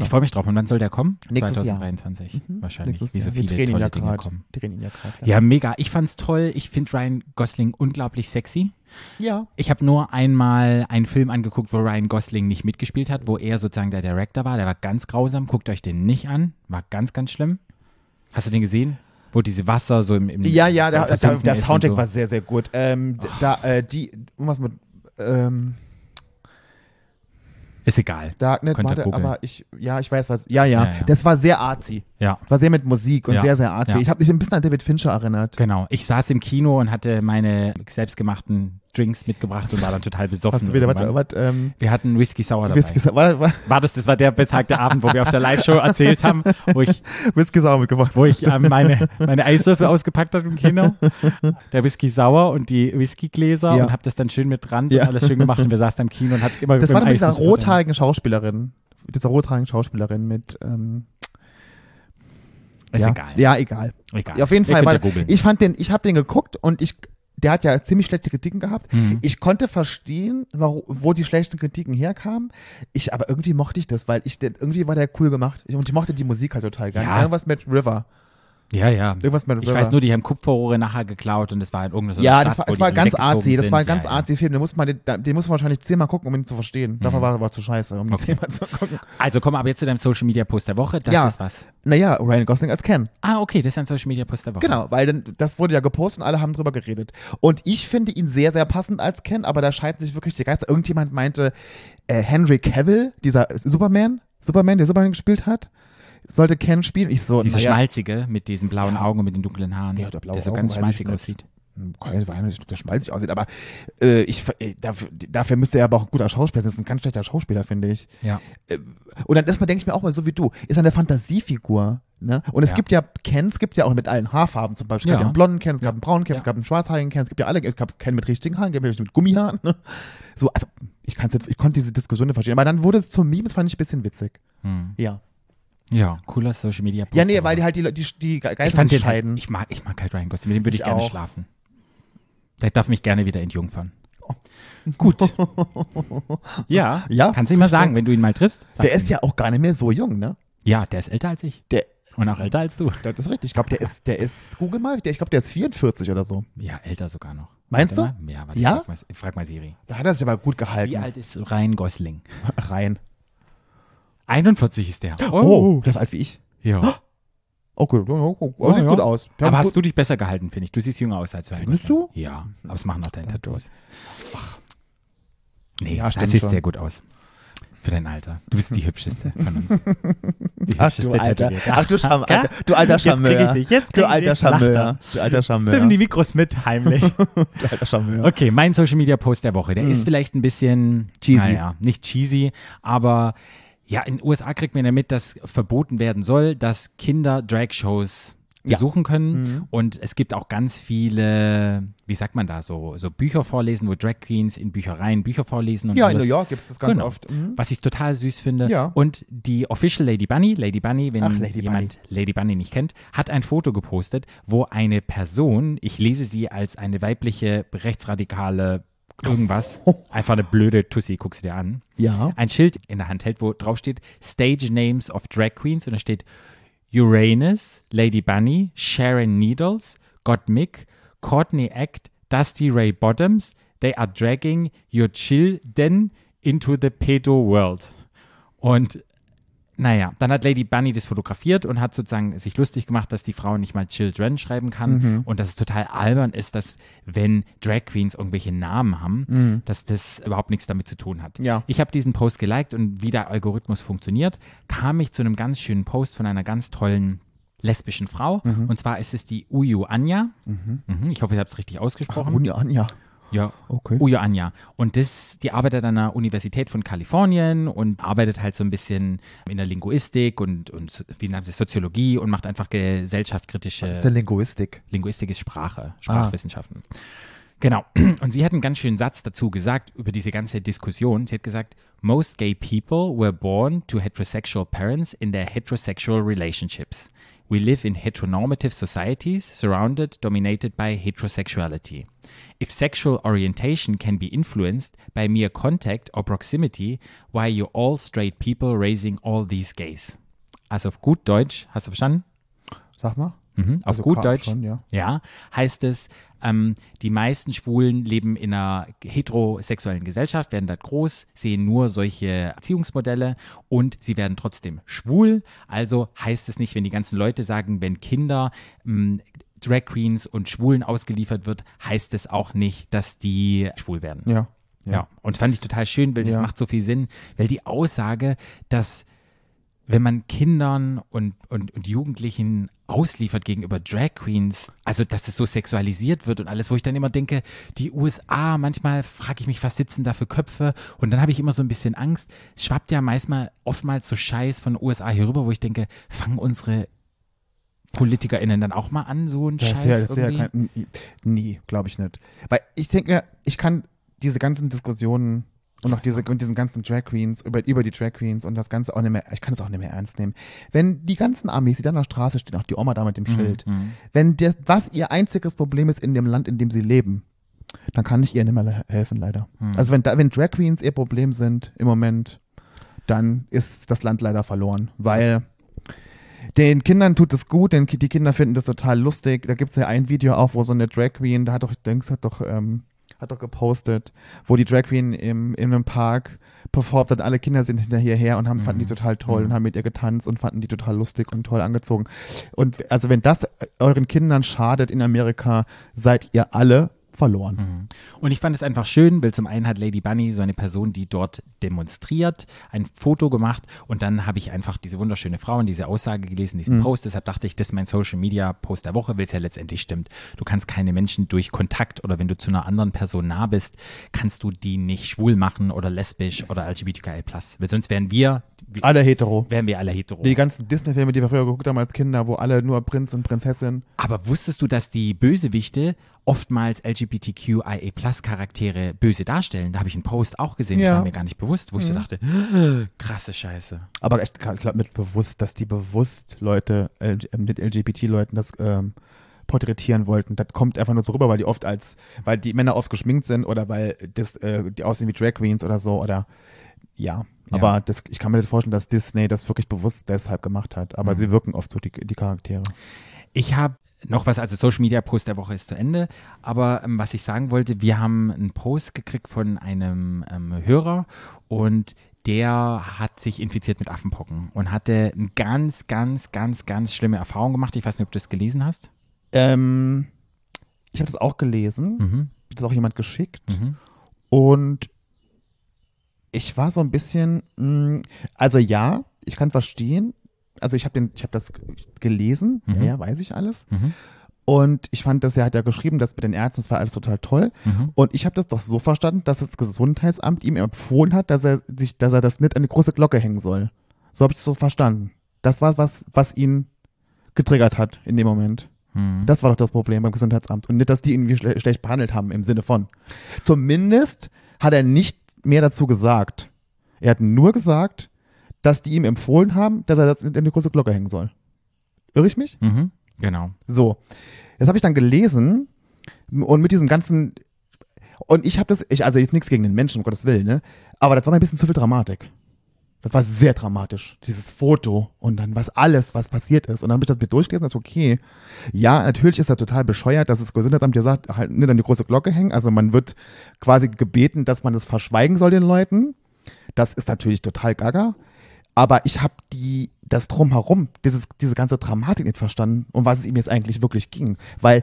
Speaker 1: Ich freue mich drauf. Und wann soll der kommen?
Speaker 2: genau. Nächstes Jahr. Mhm.
Speaker 1: 2023 wahrscheinlich.
Speaker 2: Nächstes
Speaker 1: Wie so
Speaker 2: Jahr. Wir
Speaker 1: viele
Speaker 2: drehen ihn ja
Speaker 1: tolle Dinge
Speaker 2: gerade.
Speaker 1: kommen.
Speaker 2: Die drehen ihn ja gerade.
Speaker 1: Ja, mega. Ich fand's toll. Ich finde Ryan Gosling unglaublich sexy.
Speaker 2: ja.
Speaker 1: Ich habe nur einmal einen Film angeguckt, wo Ryan Gosling nicht mitgespielt hat, wo er sozusagen der Director war. Der war ganz grausam. Guckt euch den nicht an. War ganz, ganz schlimm. Hast du den gesehen? Wo diese Wasser so im, im
Speaker 2: Ja, ja, der, der,
Speaker 1: versunken
Speaker 2: der
Speaker 1: ist und
Speaker 2: Soundtrack
Speaker 1: so. Oh.
Speaker 2: war sehr, sehr gut. Ähm, d- Da, äh, die, irgendwas mit, ähm,
Speaker 1: Ist egal.
Speaker 2: Darknet,
Speaker 1: Könnt ihr
Speaker 2: warte,
Speaker 1: googeln.
Speaker 2: aber ich, ja, ich weiß was. Ja, ja,
Speaker 1: Ja, ja.
Speaker 2: das war sehr artsy.
Speaker 1: Ja.
Speaker 2: War sehr mit Musik und
Speaker 1: Ja,
Speaker 2: sehr, sehr artsy.
Speaker 1: ja.
Speaker 2: Ich habe mich ein bisschen an David Fincher erinnert.
Speaker 1: Genau. Ich saß im Kino und hatte meine selbstgemachten Drinks mitgebracht und war dann total besoffen.
Speaker 2: Hast du wieder, was,
Speaker 1: irgendwann.
Speaker 2: was, ähm,
Speaker 1: wir hatten Whisky Sour dabei.
Speaker 2: Whisky, Sau- war, war,
Speaker 1: War das, das war der besagte Abend, wo wir auf der Live-Show erzählt haben, wo ich,
Speaker 2: Whisky Sauer mitgebracht.
Speaker 1: wo ich ähm, meine, meine Eiswürfel ausgepackt habe im Kino. Der Whisky Sour und die Whiskygläser
Speaker 2: Ja.
Speaker 1: und habe das dann schön mit Rand
Speaker 2: Ja.
Speaker 1: und alles schön gemacht und wir saßen im Kino und hat es immer
Speaker 2: Das
Speaker 1: mit
Speaker 2: war
Speaker 1: dem
Speaker 2: mit dieser
Speaker 1: Eiswürfel-
Speaker 2: rothaarigen Schauspielerin. Mit Dieser rothaarigen Schauspielerin mit, ähm,
Speaker 1: Ist
Speaker 2: ja.
Speaker 1: egal.
Speaker 2: Ja, egal.
Speaker 1: egal.
Speaker 2: Ja, auf jeden
Speaker 1: Ihr
Speaker 2: Fall.
Speaker 1: könnt ja
Speaker 2: War,
Speaker 1: googeln.
Speaker 2: ich fand den, ich habe den geguckt und ich, der hat ja ziemlich schlechte Kritiken gehabt.
Speaker 1: Mhm.
Speaker 2: Ich konnte verstehen, warum, wo die schlechten Kritiken herkamen. Ich, aber irgendwie mochte ich das, weil ich, den- irgendwie war der cool gemacht. Ich- Und ich mochte die Musik halt total gerne.
Speaker 1: Ja.
Speaker 2: Irgendwas mit River.
Speaker 1: ja, ja.
Speaker 2: Irgendwas mit
Speaker 1: Ich
Speaker 2: River.
Speaker 1: weiß nur, die haben Kupferrohre nachher geklaut und es war in irgendeiner so einer
Speaker 2: ja,
Speaker 1: Stadt,
Speaker 2: das war,
Speaker 1: wo
Speaker 2: das
Speaker 1: die
Speaker 2: war
Speaker 1: alle
Speaker 2: ganz
Speaker 1: weggezogen
Speaker 2: artsy. Das war ein
Speaker 1: sind.
Speaker 2: ganz
Speaker 1: ja, ja.
Speaker 2: artsy Film. Den muss man, den, den muss man wahrscheinlich zehnmal gucken, um ihn zu verstehen.
Speaker 1: Mhm.
Speaker 2: Dafür war er aber zu scheiße, um ihn zehnmal zu gucken.
Speaker 1: Also komm aber jetzt zu deinem Social Media Post der Woche. Das
Speaker 2: Ja.
Speaker 1: ist was.
Speaker 2: Naja, Ryan Gosling als Ken.
Speaker 1: Ah, okay, das ist ein Social Media Post der Woche.
Speaker 2: Genau, weil dann, das wurde ja gepostet und alle haben drüber geredet. Und ich finde ihn sehr, sehr passend als Ken, aber da scheiden sich wirklich die Geister. Irgendjemand meinte, äh, Henry Cavill, dieser Superman, Superman, der Superman gespielt hat, sollte Ken spielen. Ich so,
Speaker 1: Diese
Speaker 2: naja,
Speaker 1: schmalzige mit diesen blauen Augen und mit den dunklen Haaren,
Speaker 2: Ja, der blaue
Speaker 1: der so
Speaker 2: Augen
Speaker 1: ganz
Speaker 2: weiß ich
Speaker 1: schmalzig
Speaker 2: nicht.
Speaker 1: aussieht.
Speaker 2: kein Wein, der schmalzig aussieht, aber äh, ich, ver- äh, dafür, dafür müsste er aber auch ein guter Schauspieler sein. Das ist ein ganz schlechter Schauspieler, finde ich.
Speaker 1: Ja.
Speaker 2: Und dann erstmal denke ich mir auch mal so wie du, ist eine Fantasiefigur. Ne? Und es
Speaker 1: Ja.
Speaker 2: gibt ja Ken, es gibt ja auch mit allen Haarfarben zum Beispiel. Es
Speaker 1: Ja.
Speaker 2: gab ja einen blonden Ken, es
Speaker 1: Ja.
Speaker 2: gab einen braunen Ken,
Speaker 1: Ja.
Speaker 2: es gab einen schwarzhaarigen Ken, es gibt ja alle, es gab Ken mit richtigen Haaren, es gab welche mit Gummihaaren. Ne? So, also ich, kann's jetzt, ich konnte diese Diskussion nicht verstehen. Aber dann wurde es zum Meme, das fand ich ein bisschen witzig.
Speaker 1: Hm.
Speaker 2: Ja.
Speaker 1: Ja, cooler Social Media Post.
Speaker 2: Ja, nee,
Speaker 1: aber-
Speaker 2: weil die halt die, Le- die, die Geister
Speaker 1: ich fand
Speaker 2: sich
Speaker 1: den halt,
Speaker 2: scheiden.
Speaker 1: ich mag, ich mag halt Ryan Gosling, mit dem würde ich,
Speaker 2: Ich
Speaker 1: gerne
Speaker 2: auch.
Speaker 1: schlafen. Der darf mich gerne wieder entjungfern. Gut. ja,
Speaker 2: Ja,
Speaker 1: kannst du ihm mal sagen, wenn du ihn mal triffst. sag's
Speaker 2: der ist
Speaker 1: ihm.
Speaker 2: ja auch gar nicht mehr so jung, ne?
Speaker 1: Ja, der ist älter als ich.
Speaker 2: Der,
Speaker 1: Und auch älter als du.
Speaker 2: das ist richtig. Ich glaube, der ist, der ist, Google mal, der, ich glaube, der ist 44 oder so.
Speaker 1: Ja, älter sogar noch.
Speaker 2: Meinst
Speaker 1: Warte Mal. Ja, warte,
Speaker 2: Ja?
Speaker 1: Ich
Speaker 2: Halt
Speaker 1: frag, mal, ich frag mal Siri.
Speaker 2: Da hat er sich aber gut gehalten.
Speaker 1: Wie alt ist Ryan Gosling?
Speaker 2: Rein.
Speaker 1: 41 ist der.
Speaker 2: Oh, das ist alt wie ich.
Speaker 1: Ja.
Speaker 2: Okay, ja, ja, ja, sieht
Speaker 1: ja.
Speaker 2: gut aus. Ja,
Speaker 1: aber
Speaker 2: gut.
Speaker 1: hast du dich besser gehalten, finde ich. Du siehst jünger aus als Ryan
Speaker 2: Findest
Speaker 1: Gosling. Ja, aber es machen auch deine Tattoos. Nee,
Speaker 2: Ja,
Speaker 1: ja, das
Speaker 2: stimmt
Speaker 1: sieht
Speaker 2: schon.
Speaker 1: sehr gut aus. Für dein Alter. Du bist die hübscheste von uns. Die
Speaker 2: Ach du alter,
Speaker 1: Tätowierte.
Speaker 2: ach du Scham,
Speaker 1: Ja?
Speaker 2: alter, du alter
Speaker 1: Jetzt krieg ich
Speaker 2: Charmeur,
Speaker 1: dich, jetzt krieg
Speaker 2: du
Speaker 1: ich
Speaker 2: alter
Speaker 1: dich, lacht
Speaker 2: Charmeur,
Speaker 1: er.
Speaker 2: du alter Charmeur,
Speaker 1: Stimmen die
Speaker 2: du
Speaker 1: Mikros mit, heimlich.
Speaker 2: alter Charmeur.
Speaker 1: Okay, mein Social Media Post der Woche. Der ist vielleicht ein bisschen
Speaker 2: Mhm. Cheesy.
Speaker 1: Naja, nicht cheesy, aber ja, in den USA kriegt man ja mit, dass verboten werden soll, dass Kinder Drag-Shows
Speaker 2: Ja. Mhm.
Speaker 1: besuchen können. Und es gibt auch ganz viele, wie sagt man da, so, so Bücher vorlesen, wo Drag Queens in Büchereien Bücher vorlesen. Und
Speaker 2: Ja, in
Speaker 1: alles.
Speaker 2: New York gibt es das ganz
Speaker 1: Genau.
Speaker 2: oft. Mhm.
Speaker 1: Was ich total süß finde.
Speaker 2: Ja.
Speaker 1: Und die Official Lady Bunny, Lady Bunny, wenn
Speaker 2: Ach, Lady
Speaker 1: jemand Lady Bunny nicht kennt, hat ein Foto gepostet, wo eine Person, ich lese sie als eine weibliche rechtsradikale irgendwas, einfach eine blöde Tussi, guck sie dir an,
Speaker 2: Ja.
Speaker 1: ein Schild in der Hand hält, wo drauf steht Stage Names of Drag Queens und da steht Uranus, Lady Bunny, Sharon Needles, God Mick, Courtney Act, Dusty Ray Bottoms, they are dragging your children into the pedo world. Und naja, dann hat Lady Bunny das fotografiert und hat sozusagen sich lustig gemacht, dass die Frau nicht mal Children schreiben kann und dass es total albern ist, dass wenn Drag Queens irgendwelche Namen haben, dass das überhaupt nichts damit zu tun hat.
Speaker 2: Ja.
Speaker 1: Ich habe diesen Post geliked und wie der Algorithmus funktioniert, kam ich zu einem ganz schönen Post von einer ganz tollen lesbischen Frau und zwar ist es die Uyu Anja. Mhm, Ich hoffe, ich habe es richtig ausgesprochen.
Speaker 2: Uni an, ja.
Speaker 1: Ja,
Speaker 2: Okay.
Speaker 1: Uyo Anja. Und das, die arbeitet an der Universität von Kalifornien und arbeitet halt so ein bisschen in der Linguistik und, und so- wie nennt es Soziologie und macht einfach
Speaker 2: Das ist der
Speaker 1: gesellschaftskritische
Speaker 2: Linguistik.
Speaker 1: Linguistik ist Sprache, Sprachwissenschaften. Genau. Und sie hat einen ganz schönen Satz dazu gesagt über diese ganze Diskussion. Sie hat gesagt, most gay people were born to heterosexual parents in their heterosexual relationships. We live in heteronormative societies surrounded, dominated by heterosexuality. If sexual orientation can be influenced by mere contact or proximity, why you all straight people raising all these gays? Also auf gut Deutsch, hast du verstanden?
Speaker 2: Sag mal.
Speaker 1: Mhm, auf
Speaker 2: Also
Speaker 1: gut
Speaker 2: Karl
Speaker 1: Deutsch,
Speaker 2: schon, ja.
Speaker 1: heißt es, ähm, die meisten Schwulen leben in einer heterosexuellen Gesellschaft, werden dort groß, sehen nur solche Erziehungsmodelle und sie werden trotzdem schwul. Also heißt es nicht, wenn die ganzen Leute sagen, wenn Kinder ähm, Drag Queens und Schwulen ausgeliefert wird, heißt es auch nicht, dass die schwul werden.
Speaker 2: Ja.
Speaker 1: Ja. Und fand ich total schön, weil das
Speaker 2: Ja.
Speaker 1: macht so viel Sinn, weil die Aussage, dass wenn man Kindern und, und, und Jugendlichen ausliefert gegenüber Drag Queens, also dass das so sexualisiert wird und alles, wo ich dann immer denke, die USA, manchmal frage ich mich, was sitzen da für Köpfe und dann habe ich immer so ein bisschen Angst, es schwappt ja meistmal oftmals so Scheiß von den USA hier rüber, wo ich denke, fangen unsere PolitikerInnen dann auch mal an, so einen
Speaker 2: Das
Speaker 1: Scheiß
Speaker 2: ist ja, das ist ja
Speaker 1: irgendwie?
Speaker 2: kein, n- nee, glaube ich nicht. Weil ich denke, ich kann diese ganzen Diskussionen und auch diese und diesen ganzen Drag Queens über, über die Drag Queens und das Ganze auch nicht mehr, ich kann es auch nicht mehr ernst nehmen. Wenn die ganzen Amis, die da an der Straße stehen, auch die Oma da mit
Speaker 1: Mhm.
Speaker 2: dem Schild, wenn das, was ihr einziges Problem ist in dem Land, in dem sie leben, dann kann ich ihr nicht mehr le- helfen, leider. Also wenn da, wenn Drag Queens ihr Problem sind im Moment, dann ist das Land leider verloren, weil den Kindern tut es gut, denn die Kinder finden das total lustig. Da gibt es ja ein Video auch, wo so eine Drag Queen, da hat doch, Dings hat doch, ähm, hat doch gepostet, wo die Drag Queen im, in einem Park performt hat, alle Kinder sind hinter ihr her und haben, fanden die total toll und haben mit ihr getanzt und fanden die total lustig und toll angezogen. äh, Und also wenn das euren Kindern schadet in Amerika, seid ihr alle verloren.
Speaker 1: Und ich fand es einfach schön, weil zum einen hat Lady Bunny so eine Person, die dort demonstriert, ein Foto gemacht und dann habe ich einfach diese wunderschöne Frau und diese Aussage gelesen, diesen Post. Deshalb dachte ich, das ist mein Social Media Post der Woche, weil es ja letztendlich stimmt. Du kannst keine Menschen durch Kontakt oder wenn du zu einer anderen Person nah bist, kannst du die nicht schwul machen oder lesbisch oder LGBTQI+. Weil sonst wären wir,
Speaker 2: Alle hetero.
Speaker 1: wären wir alle hetero.
Speaker 2: Die ganzen Disney-Filme, die wir früher geguckt haben als Kinder, wo alle nur Prinz und Prinzessin.
Speaker 1: Aber wusstest du, dass die Bösewichte oftmals LGBTQIA-Charaktere böse darstellen? Da habe ich einen Post auch gesehen, das
Speaker 2: Ja.
Speaker 1: war mir gar nicht bewusst, wo ich so dachte, krasse Scheiße.
Speaker 2: Aber ich, ich glaube mit bewusst, dass die bewusst Leute, L- äh, mit LGBT-Leuten das ähm, porträtieren wollten. Das kommt einfach nur so rüber, weil die oft als, weil die Männer oft geschminkt sind oder weil das, äh, die aussehen wie Drag Queens oder so oder ja. Aber das, ich kann mir nicht vorstellen, dass Disney das wirklich bewusst deshalb gemacht hat.
Speaker 1: Mhm.
Speaker 2: Aber sie wirken oft so, die, die Charaktere.
Speaker 1: Ich habe noch was, also Social Media Post der Woche ist zu Ende, aber ähm, was ich sagen wollte, wir haben einen Post gekriegt von einem ähm, Hörer und der hat sich infiziert mit Affenpocken und hatte eine ganz, ganz, ganz, ganz schlimme Erfahrung gemacht. Ich weiß nicht, ob du das gelesen hast.
Speaker 2: Ähm, ich habe das auch gelesen.
Speaker 1: Mhm.
Speaker 2: Hat das auch jemand geschickt.
Speaker 1: Mhm.
Speaker 2: Und ich war so ein bisschen, mh, also ja, ich kann verstehen. Also ich habe hab das g- gelesen,
Speaker 1: Mhm.
Speaker 2: ja, ja, weiß ich alles.
Speaker 1: Mhm.
Speaker 2: Und ich fand das, er hat ja geschrieben, dass mit den Ärzten, das war alles total toll.
Speaker 1: Mhm.
Speaker 2: Und ich habe das doch so verstanden, dass das Gesundheitsamt ihm empfohlen hat, dass er sich, dass er das nicht an eine große Glocke hängen soll. So habe ich es so verstanden. Das war was, was ihn getriggert hat in dem Moment.
Speaker 1: Mhm.
Speaker 2: Das war doch das Problem beim Gesundheitsamt. Und nicht, dass die ihn irgendwie schle schlecht behandelt haben, im Sinne von. Zumindest hat er nicht mehr dazu gesagt. Er hat nur gesagt, dass die ihm empfohlen haben, dass er das in eine große Glocke hängen soll. Irre ich mich?
Speaker 1: Mhm. Genau.
Speaker 2: So. Das habe ich dann gelesen und mit diesem ganzen. Und ich habe das, ich, also jetzt nichts gegen den Menschen, um Gottes Willen, ne? Aber das war mir ein bisschen zu viel Dramatik. Das war sehr dramatisch. Dieses Foto und dann was alles, was passiert ist. Und dann habe ich das mit durchgelesen und dachte, okay, ja, natürlich ist das total bescheuert, dass das Gesundheitsamt dir sagt, halt nicht an die große Glocke hängen. Also man wird quasi gebeten, dass man das verschweigen soll den Leuten. Das ist natürlich total gaga. Aber ich habe die, das Drumherum, dieses, diese ganze Dramatik nicht verstanden, um was es ihm jetzt eigentlich wirklich ging. Weil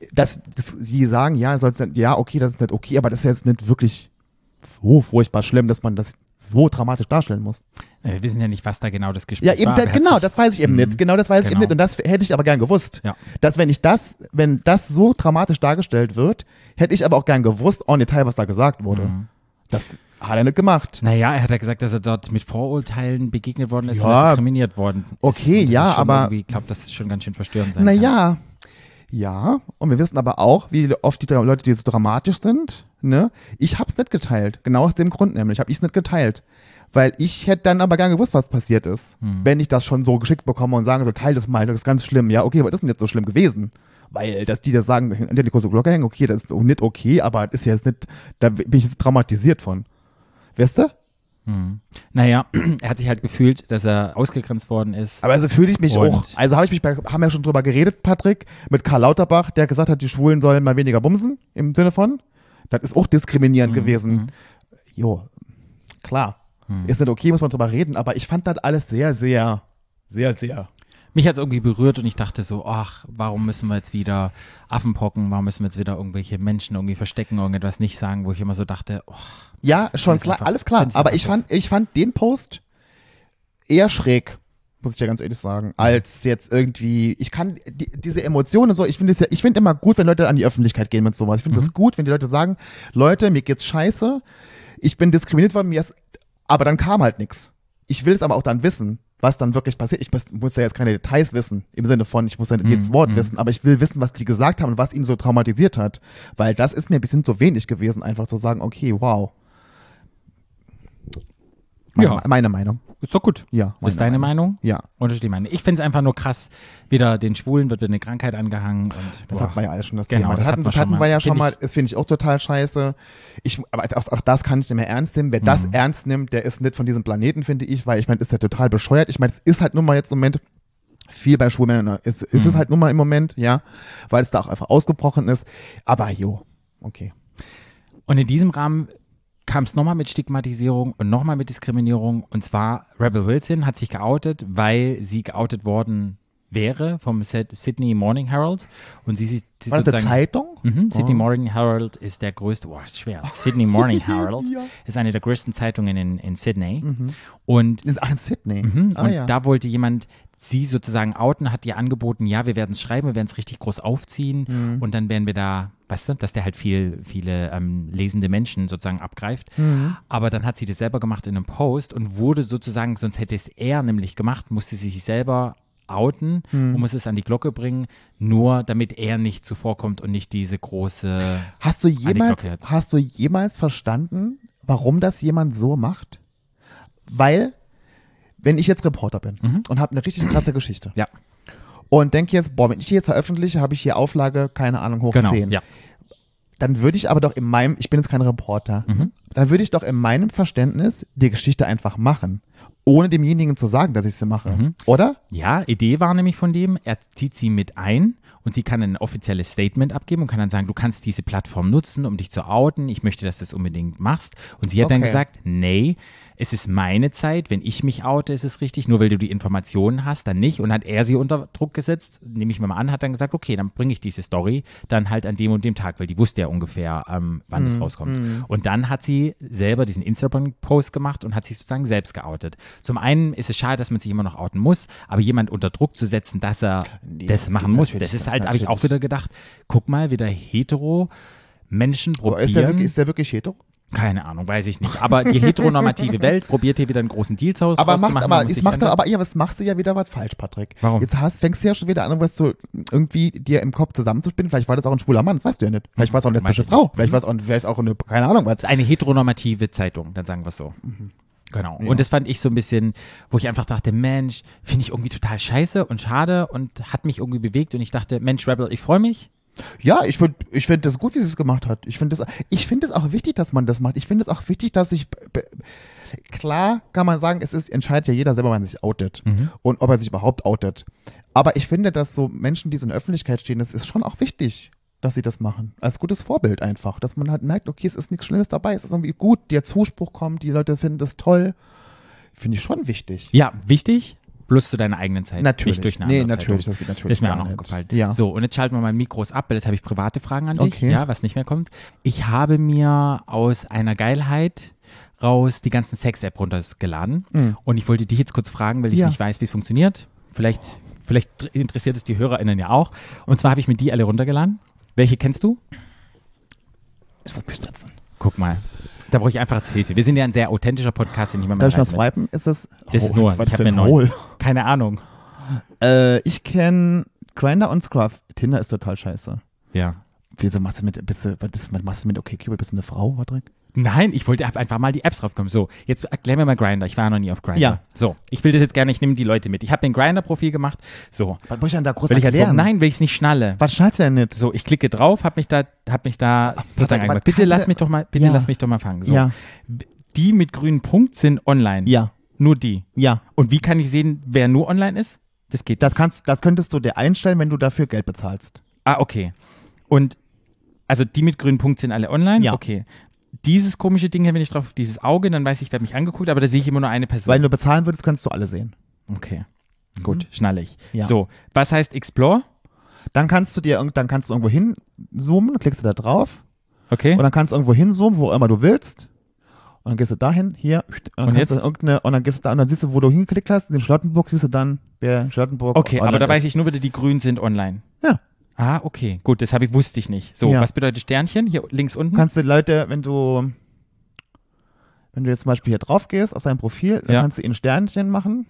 Speaker 2: äh, das, das sie sagen, ja, soll's nicht, ja, okay, das ist nicht okay, aber das ist jetzt nicht wirklich so furchtbar schlimm, dass man das so dramatisch darstellen muss.
Speaker 1: Äh, Wir wissen ja nicht, was da genau das Gespräch
Speaker 2: Ja, eben,
Speaker 1: war.
Speaker 2: da,
Speaker 1: aber er hat
Speaker 2: genau,
Speaker 1: sich-
Speaker 2: das weiß ich eben
Speaker 1: Mhm.
Speaker 2: nicht. Genau, das weiß ich eben
Speaker 1: Genau.
Speaker 2: nicht. Und das hätte ich aber gern gewusst.
Speaker 1: Ja.
Speaker 2: Dass wenn ich das, wenn das so dramatisch dargestellt wird, hätte ich aber auch gern gewusst, en Detail, was da gesagt wurde.
Speaker 1: Mhm.
Speaker 2: Das hat er nicht gemacht.
Speaker 1: Naja, er hat ja gesagt, dass er dort mit Vorurteilen begegnet worden ist und
Speaker 2: Ja.
Speaker 1: dass er diskriminiert worden ist.
Speaker 2: Okay,
Speaker 1: Und das
Speaker 2: ja,
Speaker 1: ist schon
Speaker 2: aber-
Speaker 1: irgendwie- Ich glaube, das ist schon ganz schön verstörend sein kann.
Speaker 2: Naja, ja, und wir wissen aber auch, wie oft die Dra- Leute, die so dramatisch sind, ne? Ich hab's nicht geteilt. Genau aus dem Grund nämlich. Hab ich's nicht geteilt. Weil ich hätte dann aber gern gewusst, was passiert ist.
Speaker 1: Hm.
Speaker 2: Wenn ich das schon so geschickt bekomme und sagen so, teil das mal, das ist ganz schlimm. Ja, okay, aber das ist denn jetzt so schlimm gewesen? Weil, dass die da sagen, hinter die große Glocke hängen, okay, das ist nicht okay, aber das ist jetzt nicht, da bin ich jetzt traumatisiert von. Weißt du?
Speaker 1: Naja, er hat sich halt gefühlt, dass er ausgegrenzt worden ist.
Speaker 2: Aber also fühle ich mich
Speaker 1: Und-
Speaker 2: auch. Also habe ich mich bei, haben wir schon drüber geredet, Patrick, mit Karl Lauterbach, der gesagt hat, die Schwulen sollen mal weniger bumsen, im Sinne von. Das ist auch diskriminierend gewesen. Jo, klar. Ist nicht okay, muss man drüber reden, aber ich fand das alles sehr, sehr, sehr, sehr.
Speaker 1: Mich hat es irgendwie berührt und ich dachte so, ach, warum müssen wir jetzt wieder Affenpocken, warum müssen wir jetzt wieder irgendwelche Menschen irgendwie verstecken, irgendetwas nicht sagen, wo ich immer so dachte, oh,
Speaker 2: Ja, schon
Speaker 1: Find's
Speaker 2: klar,
Speaker 1: einfach-
Speaker 2: alles klar.
Speaker 1: find's
Speaker 2: Aber
Speaker 1: einfach
Speaker 2: ich fand, ich fand den Post eher schräg, muss ich dir ganz ehrlich sagen, als jetzt irgendwie, ich kann die, diese Emotionen und so, ich finde es ja, ich finde immer gut, wenn Leute an die Öffentlichkeit gehen mit sowas. Ich finde
Speaker 1: Mhm.
Speaker 2: es gut, wenn die Leute sagen, Leute, mir geht's scheiße, ich bin diskriminiert worden, mir ist, aber dann kam halt nix. Ich will es aber auch dann wissen, was dann wirklich passiert. Ich muss, muss ja jetzt keine Details wissen, im Sinne von, ich muss ja nicht
Speaker 1: Mhm,
Speaker 2: jedes Wort wissen, aber ich will wissen, was die gesagt haben und was ihn so traumatisiert hat. Weil das ist mir ein bisschen zu wenig gewesen, einfach zu sagen, okay, wow. Meine,
Speaker 1: Ja.
Speaker 2: meine Meinung.
Speaker 1: ist doch gut.
Speaker 2: Ja. Meine
Speaker 1: ist deine Meinung?
Speaker 2: Ja.
Speaker 1: Unterschiedliche Meinung. Ich finde es einfach nur krass, wieder den Schwulen wird wieder eine Krankheit angehangen und
Speaker 2: Das
Speaker 1: boah.
Speaker 2: hatten wir ja alles schon das
Speaker 1: Genau,
Speaker 2: Thema. Das,
Speaker 1: das hatten
Speaker 2: hatten,
Speaker 1: wir
Speaker 2: das
Speaker 1: schon
Speaker 2: hatten
Speaker 1: mal.
Speaker 2: wir ja schon
Speaker 1: Find
Speaker 2: mal.
Speaker 1: ich-
Speaker 2: Das finde ich auch total scheiße. Ich, aber auch, auch das kann ich nicht mehr ernst nehmen.
Speaker 1: Mhm.
Speaker 2: Wer das ernst nimmt, der ist nicht von diesem Planeten, finde ich, weil ich meine, ist der total bescheuert. Ich meine, es ist halt nun mal jetzt im Moment viel bei Schwulmännern. Es, es
Speaker 1: Mhm.
Speaker 2: ist halt nun mal im Moment, ja, weil es da auch einfach ausgebrochen ist. Aber jo, okay.
Speaker 1: Und in diesem Rahmen kam es nochmal mit Stigmatisierung und nochmal mit Diskriminierung. Und zwar Rebel Wilson hat sich geoutet, weil sie geoutet worden wäre vom Sid- Sydney Morning Herald. Und sie sieht sie
Speaker 2: War das Oh. eine
Speaker 1: sozusagen-
Speaker 2: Zeitung?
Speaker 1: Mhm, Sydney Morning Herald ist der größte, boah, ist schwer. Sydney Morning Herald
Speaker 2: Ja. Mhm.
Speaker 1: ist eine der größten Zeitungen in, in Sydney. Und,
Speaker 2: In, ach, in Sydney.
Speaker 1: mhm,
Speaker 2: ah,
Speaker 1: und
Speaker 2: ja.
Speaker 1: da wollte jemand sie sozusagen outen, hat ihr angeboten, ja, wir werden es schreiben, wir werden es richtig groß aufziehen
Speaker 2: Mhm.
Speaker 1: und dann werden wir da, weißt du, dass der halt viel, viele ähm, lesende Menschen sozusagen abgreift.
Speaker 2: Mhm.
Speaker 1: Aber dann hat sie das selber gemacht in einem Post und wurde sozusagen, sonst hätte es er nämlich gemacht, musste sie sich selber outen
Speaker 2: Mhm.
Speaker 1: und muss es an die Glocke bringen, nur damit er nicht zuvorkommt und nicht diese große
Speaker 2: hast, du
Speaker 1: die
Speaker 2: jemals,
Speaker 1: Glocke jetzt.
Speaker 2: hast du jemals verstanden, warum das jemand so macht? Weil, wenn ich jetzt Reporter bin und habe eine richtig krasse Geschichte
Speaker 1: Mhm. Ja,
Speaker 2: und denke jetzt, boah, wenn ich die jetzt veröffentliche, habe ich hier Auflage, keine Ahnung, hoch
Speaker 1: genau.
Speaker 2: 10.
Speaker 1: Ja.
Speaker 2: dann würde ich aber doch in meinem, ich bin jetzt kein Reporter,
Speaker 1: Mhm.
Speaker 2: dann würde ich doch in meinem Verständnis die Geschichte einfach machen, ohne demjenigen zu sagen, dass ich sie mache,
Speaker 1: Mhm.
Speaker 2: oder?
Speaker 1: ja, Idee war nämlich von dem, er zieht sie mit ein und sie kann ein offizielles Statement abgeben und kann dann sagen, du kannst diese Plattform nutzen, um dich zu outen, ich möchte, dass du es unbedingt machst. Und sie hat dann
Speaker 2: Okay.
Speaker 1: gesagt, nee, es ist meine Zeit, wenn ich mich oute, ist es richtig, nur weil du die Informationen hast, dann nicht. Und hat er sie unter Druck gesetzt, nehme ich mal an, hat dann gesagt, okay, dann bringe ich diese Story dann halt an dem und dem Tag, weil die wusste ja ungefähr, ähm, wann
Speaker 2: Mhm.
Speaker 1: es rauskommt. Und dann hat sie selber diesen Instagram-Post gemacht und hat sich sozusagen selbst geoutet. Zum einen ist es schade, dass man sich immer noch outen muss, aber jemand unter Druck zu setzen, dass er das,
Speaker 2: das
Speaker 1: machen
Speaker 2: geht
Speaker 1: muss,
Speaker 2: natürlich
Speaker 1: das ist
Speaker 2: nicht,
Speaker 1: halt, habe ich auch
Speaker 2: natürlich.
Speaker 1: wieder gedacht, guck mal, wieder hetero. Menschen
Speaker 2: Aber
Speaker 1: probieren.
Speaker 2: ist der wirklich, ist der wirklich hetero?
Speaker 1: Keine Ahnung, weiß ich nicht. Aber die heteronormative Welt probiert hier wieder einen großen Deal zu Hause
Speaker 2: Aber
Speaker 1: draus zu
Speaker 2: macht,
Speaker 1: machen. Man
Speaker 2: aber
Speaker 1: muss
Speaker 2: jetzt
Speaker 1: sich
Speaker 2: macht doch,
Speaker 1: ändern.
Speaker 2: aber ja, was machst du ja wieder was falsch, Patrick?
Speaker 1: Warum?
Speaker 2: Jetzt hast, fängst du ja schon wieder an, irgendwas zu irgendwie dir im Kopf zusammenzuspinnen. Vielleicht war das auch ein schwuler Mann, das weißt du ja nicht. Vielleicht war es auch eine
Speaker 1: Weiß
Speaker 2: lesbische
Speaker 1: ich Hm, nicht.
Speaker 2: Frau, vielleicht war es auch, vielleicht auch eine, keine Ahnung was.
Speaker 1: Das ist eine heteronormative Zeitung, dann sagen wir es so.
Speaker 2: Mhm.
Speaker 1: Genau. Und das fand ich so ein bisschen, wo ich einfach dachte, Mensch, finde ich irgendwie total scheiße und schade und hat mich irgendwie bewegt und ich dachte, Mensch, Rebel, ich freue mich.
Speaker 2: Ja, ich finde ich find das gut, wie sie es gemacht hat. Ich finde es ich find es auch wichtig, dass man das macht. Ich finde es auch wichtig, dass ich. Klar kann man sagen, es ist, entscheidet ja jeder selber, wann er sich outet
Speaker 1: Mhm.
Speaker 2: und ob er sich überhaupt outet. Aber ich finde, dass so Menschen, die so in der Öffentlichkeit stehen, das ist schon auch wichtig, dass sie das machen. Als gutes Vorbild einfach. Dass man halt merkt, okay, es ist nichts Schlimmes dabei, es ist irgendwie gut, der Zuspruch kommt, die Leute finden das toll. Finde ich schon wichtig.
Speaker 1: Ja, wichtig, bloß zu deiner eigenen Zeit.
Speaker 2: Natürlich.
Speaker 1: Nicht durch eine
Speaker 2: Nee,
Speaker 1: andere
Speaker 2: natürlich,
Speaker 1: Zeitung.
Speaker 2: das geht natürlich
Speaker 1: Das ist mir
Speaker 2: gar
Speaker 1: auch noch
Speaker 2: nicht.
Speaker 1: gefallen.
Speaker 2: Ja.
Speaker 1: So, und jetzt schalten wir mal Mikros ab, weil jetzt habe ich private Fragen an dich,
Speaker 2: Okay.
Speaker 1: ja, was nicht mehr kommt. Ich habe mir aus einer Geilheit raus die ganzen Sex-App runtergeladen und ich wollte dich jetzt kurz fragen, weil ich
Speaker 2: Hm. Ja.
Speaker 1: nicht weiß, wie es funktioniert. Vielleicht, vielleicht dr- interessiert es die HörerInnen ja auch. Und zwar habe ich mir die alle runtergeladen. Welche kennst du?
Speaker 2: Ich muss mich setzen.
Speaker 1: Guck mal. Da brauche ich einfach jetzt Hilfe. Wir sind ja ein sehr authentischer Podcast, den ich mal
Speaker 2: Darf ich mal
Speaker 1: reißen will.
Speaker 2: swipen? Ist das.
Speaker 1: Das ist nur,
Speaker 2: was
Speaker 1: ich habe mir
Speaker 2: denn
Speaker 1: neun.
Speaker 2: hohl?
Speaker 1: Keine Ahnung.
Speaker 2: Äh, ich kenne Grinder und Scruff. Tinder ist total scheiße.
Speaker 1: Ja.
Speaker 2: Wieso machst du mit, bist du, was ist- was machst du mit okay Cupid? Bist du eine Frau, Patrick?
Speaker 1: Nein, ich wollte ab- einfach mal die Apps draufkommen. So, jetzt erklär mir mal Grinder. Ich war noch nie auf Grinder.
Speaker 2: Ja.
Speaker 1: So, ich will das jetzt gerne, ich nehme die Leute mit. Ich habe ein Grinder-Profil gemacht. So,
Speaker 2: Was muss ich denn da groß
Speaker 1: will ich jetzt.
Speaker 2: erklären?
Speaker 1: Nein, will ich es nicht schnalle.
Speaker 2: Was schnallst du denn nicht?
Speaker 1: So, ich klicke drauf, hab mich da, hab mich da sozusagen
Speaker 2: warte,
Speaker 1: angemacht.
Speaker 2: warte,
Speaker 1: Bitte
Speaker 2: kannst
Speaker 1: lass
Speaker 2: du-
Speaker 1: mich doch mal, bitte
Speaker 2: Ja.
Speaker 1: lass mich doch mal fangen. So,
Speaker 2: Ja,
Speaker 1: die mit grünem Punkt sind online.
Speaker 2: ja,
Speaker 1: Nur die.
Speaker 2: ja.
Speaker 1: Und wie kann ich sehen, wer nur online ist? Das geht.
Speaker 2: Das kannst, das könntest du dir einstellen, wenn du dafür Geld bezahlst.
Speaker 1: Ah, okay. Und also die mit grünem Punkt sind alle online?
Speaker 2: Ja.
Speaker 1: Okay. Dieses komische Ding hier, wenn ich drauf auf dieses Auge, dann weiß ich, wer hat mich angeguckt, aber da sehe ich immer nur eine Person.
Speaker 2: Weil wenn du bezahlen würdest, könntest du alle sehen.
Speaker 1: Okay. Gut, schnallig.
Speaker 2: Mhm. Ja.
Speaker 1: So, was heißt Explore?
Speaker 2: Dann kannst du dir, irgend- dann kannst du irgendwo hinzoomen, klickst du da drauf
Speaker 1: Okay.
Speaker 2: und dann kannst du irgendwo hinzoomen, wo immer du willst. Und dann gehst du dahin, hier, und dann,
Speaker 1: Und
Speaker 2: kannst du
Speaker 1: jetzt?
Speaker 2: irgendeine, und dann gehst du da und dann siehst du, wo du hingeklickt hast. In Charlottenburg siehst du dann, wer in Charlottenburg
Speaker 1: okay, aber da
Speaker 2: dabei
Speaker 1: weiß ich nur, wieder die Grünen sind online.
Speaker 2: Ja.
Speaker 1: Ah, okay. Gut, das habe ich, wusste ich nicht. So,
Speaker 2: Ja.
Speaker 1: was bedeutet Sternchen? Hier links unten?
Speaker 2: kannst du Leute, wenn du wenn du jetzt zum Beispiel hier drauf gehst auf sein Profil, dann
Speaker 1: Ja.
Speaker 2: kannst du ihnen Sternchen machen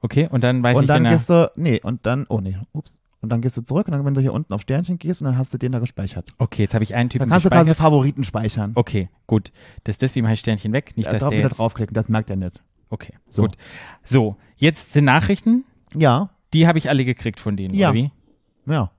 Speaker 1: okay, und dann weiß
Speaker 2: und
Speaker 1: ich genau.
Speaker 2: dann
Speaker 1: wenn er-
Speaker 2: gehst du nee und dann oh nee, ups und dann gehst du zurück und dann wenn du hier unten auf Sternchen gehst und dann hast du den da gespeichert.
Speaker 1: Okay, jetzt habe ich einen Typen
Speaker 2: Dann kannst du quasi
Speaker 1: gespeichert.
Speaker 2: Favoriten speichern.
Speaker 1: Okay, gut. Das deswegen mache ich Sternchen weg, nicht
Speaker 2: Ja,
Speaker 1: dass
Speaker 2: drauf
Speaker 1: der
Speaker 2: wieder
Speaker 1: jetzt,
Speaker 2: draufklicken, das merkt er nicht.
Speaker 1: Okay,
Speaker 2: So.
Speaker 1: gut. So, jetzt sind Nachrichten,
Speaker 2: Ja,
Speaker 1: die habe ich alle gekriegt von denen,
Speaker 2: Ja.
Speaker 1: oder wie?
Speaker 2: ja.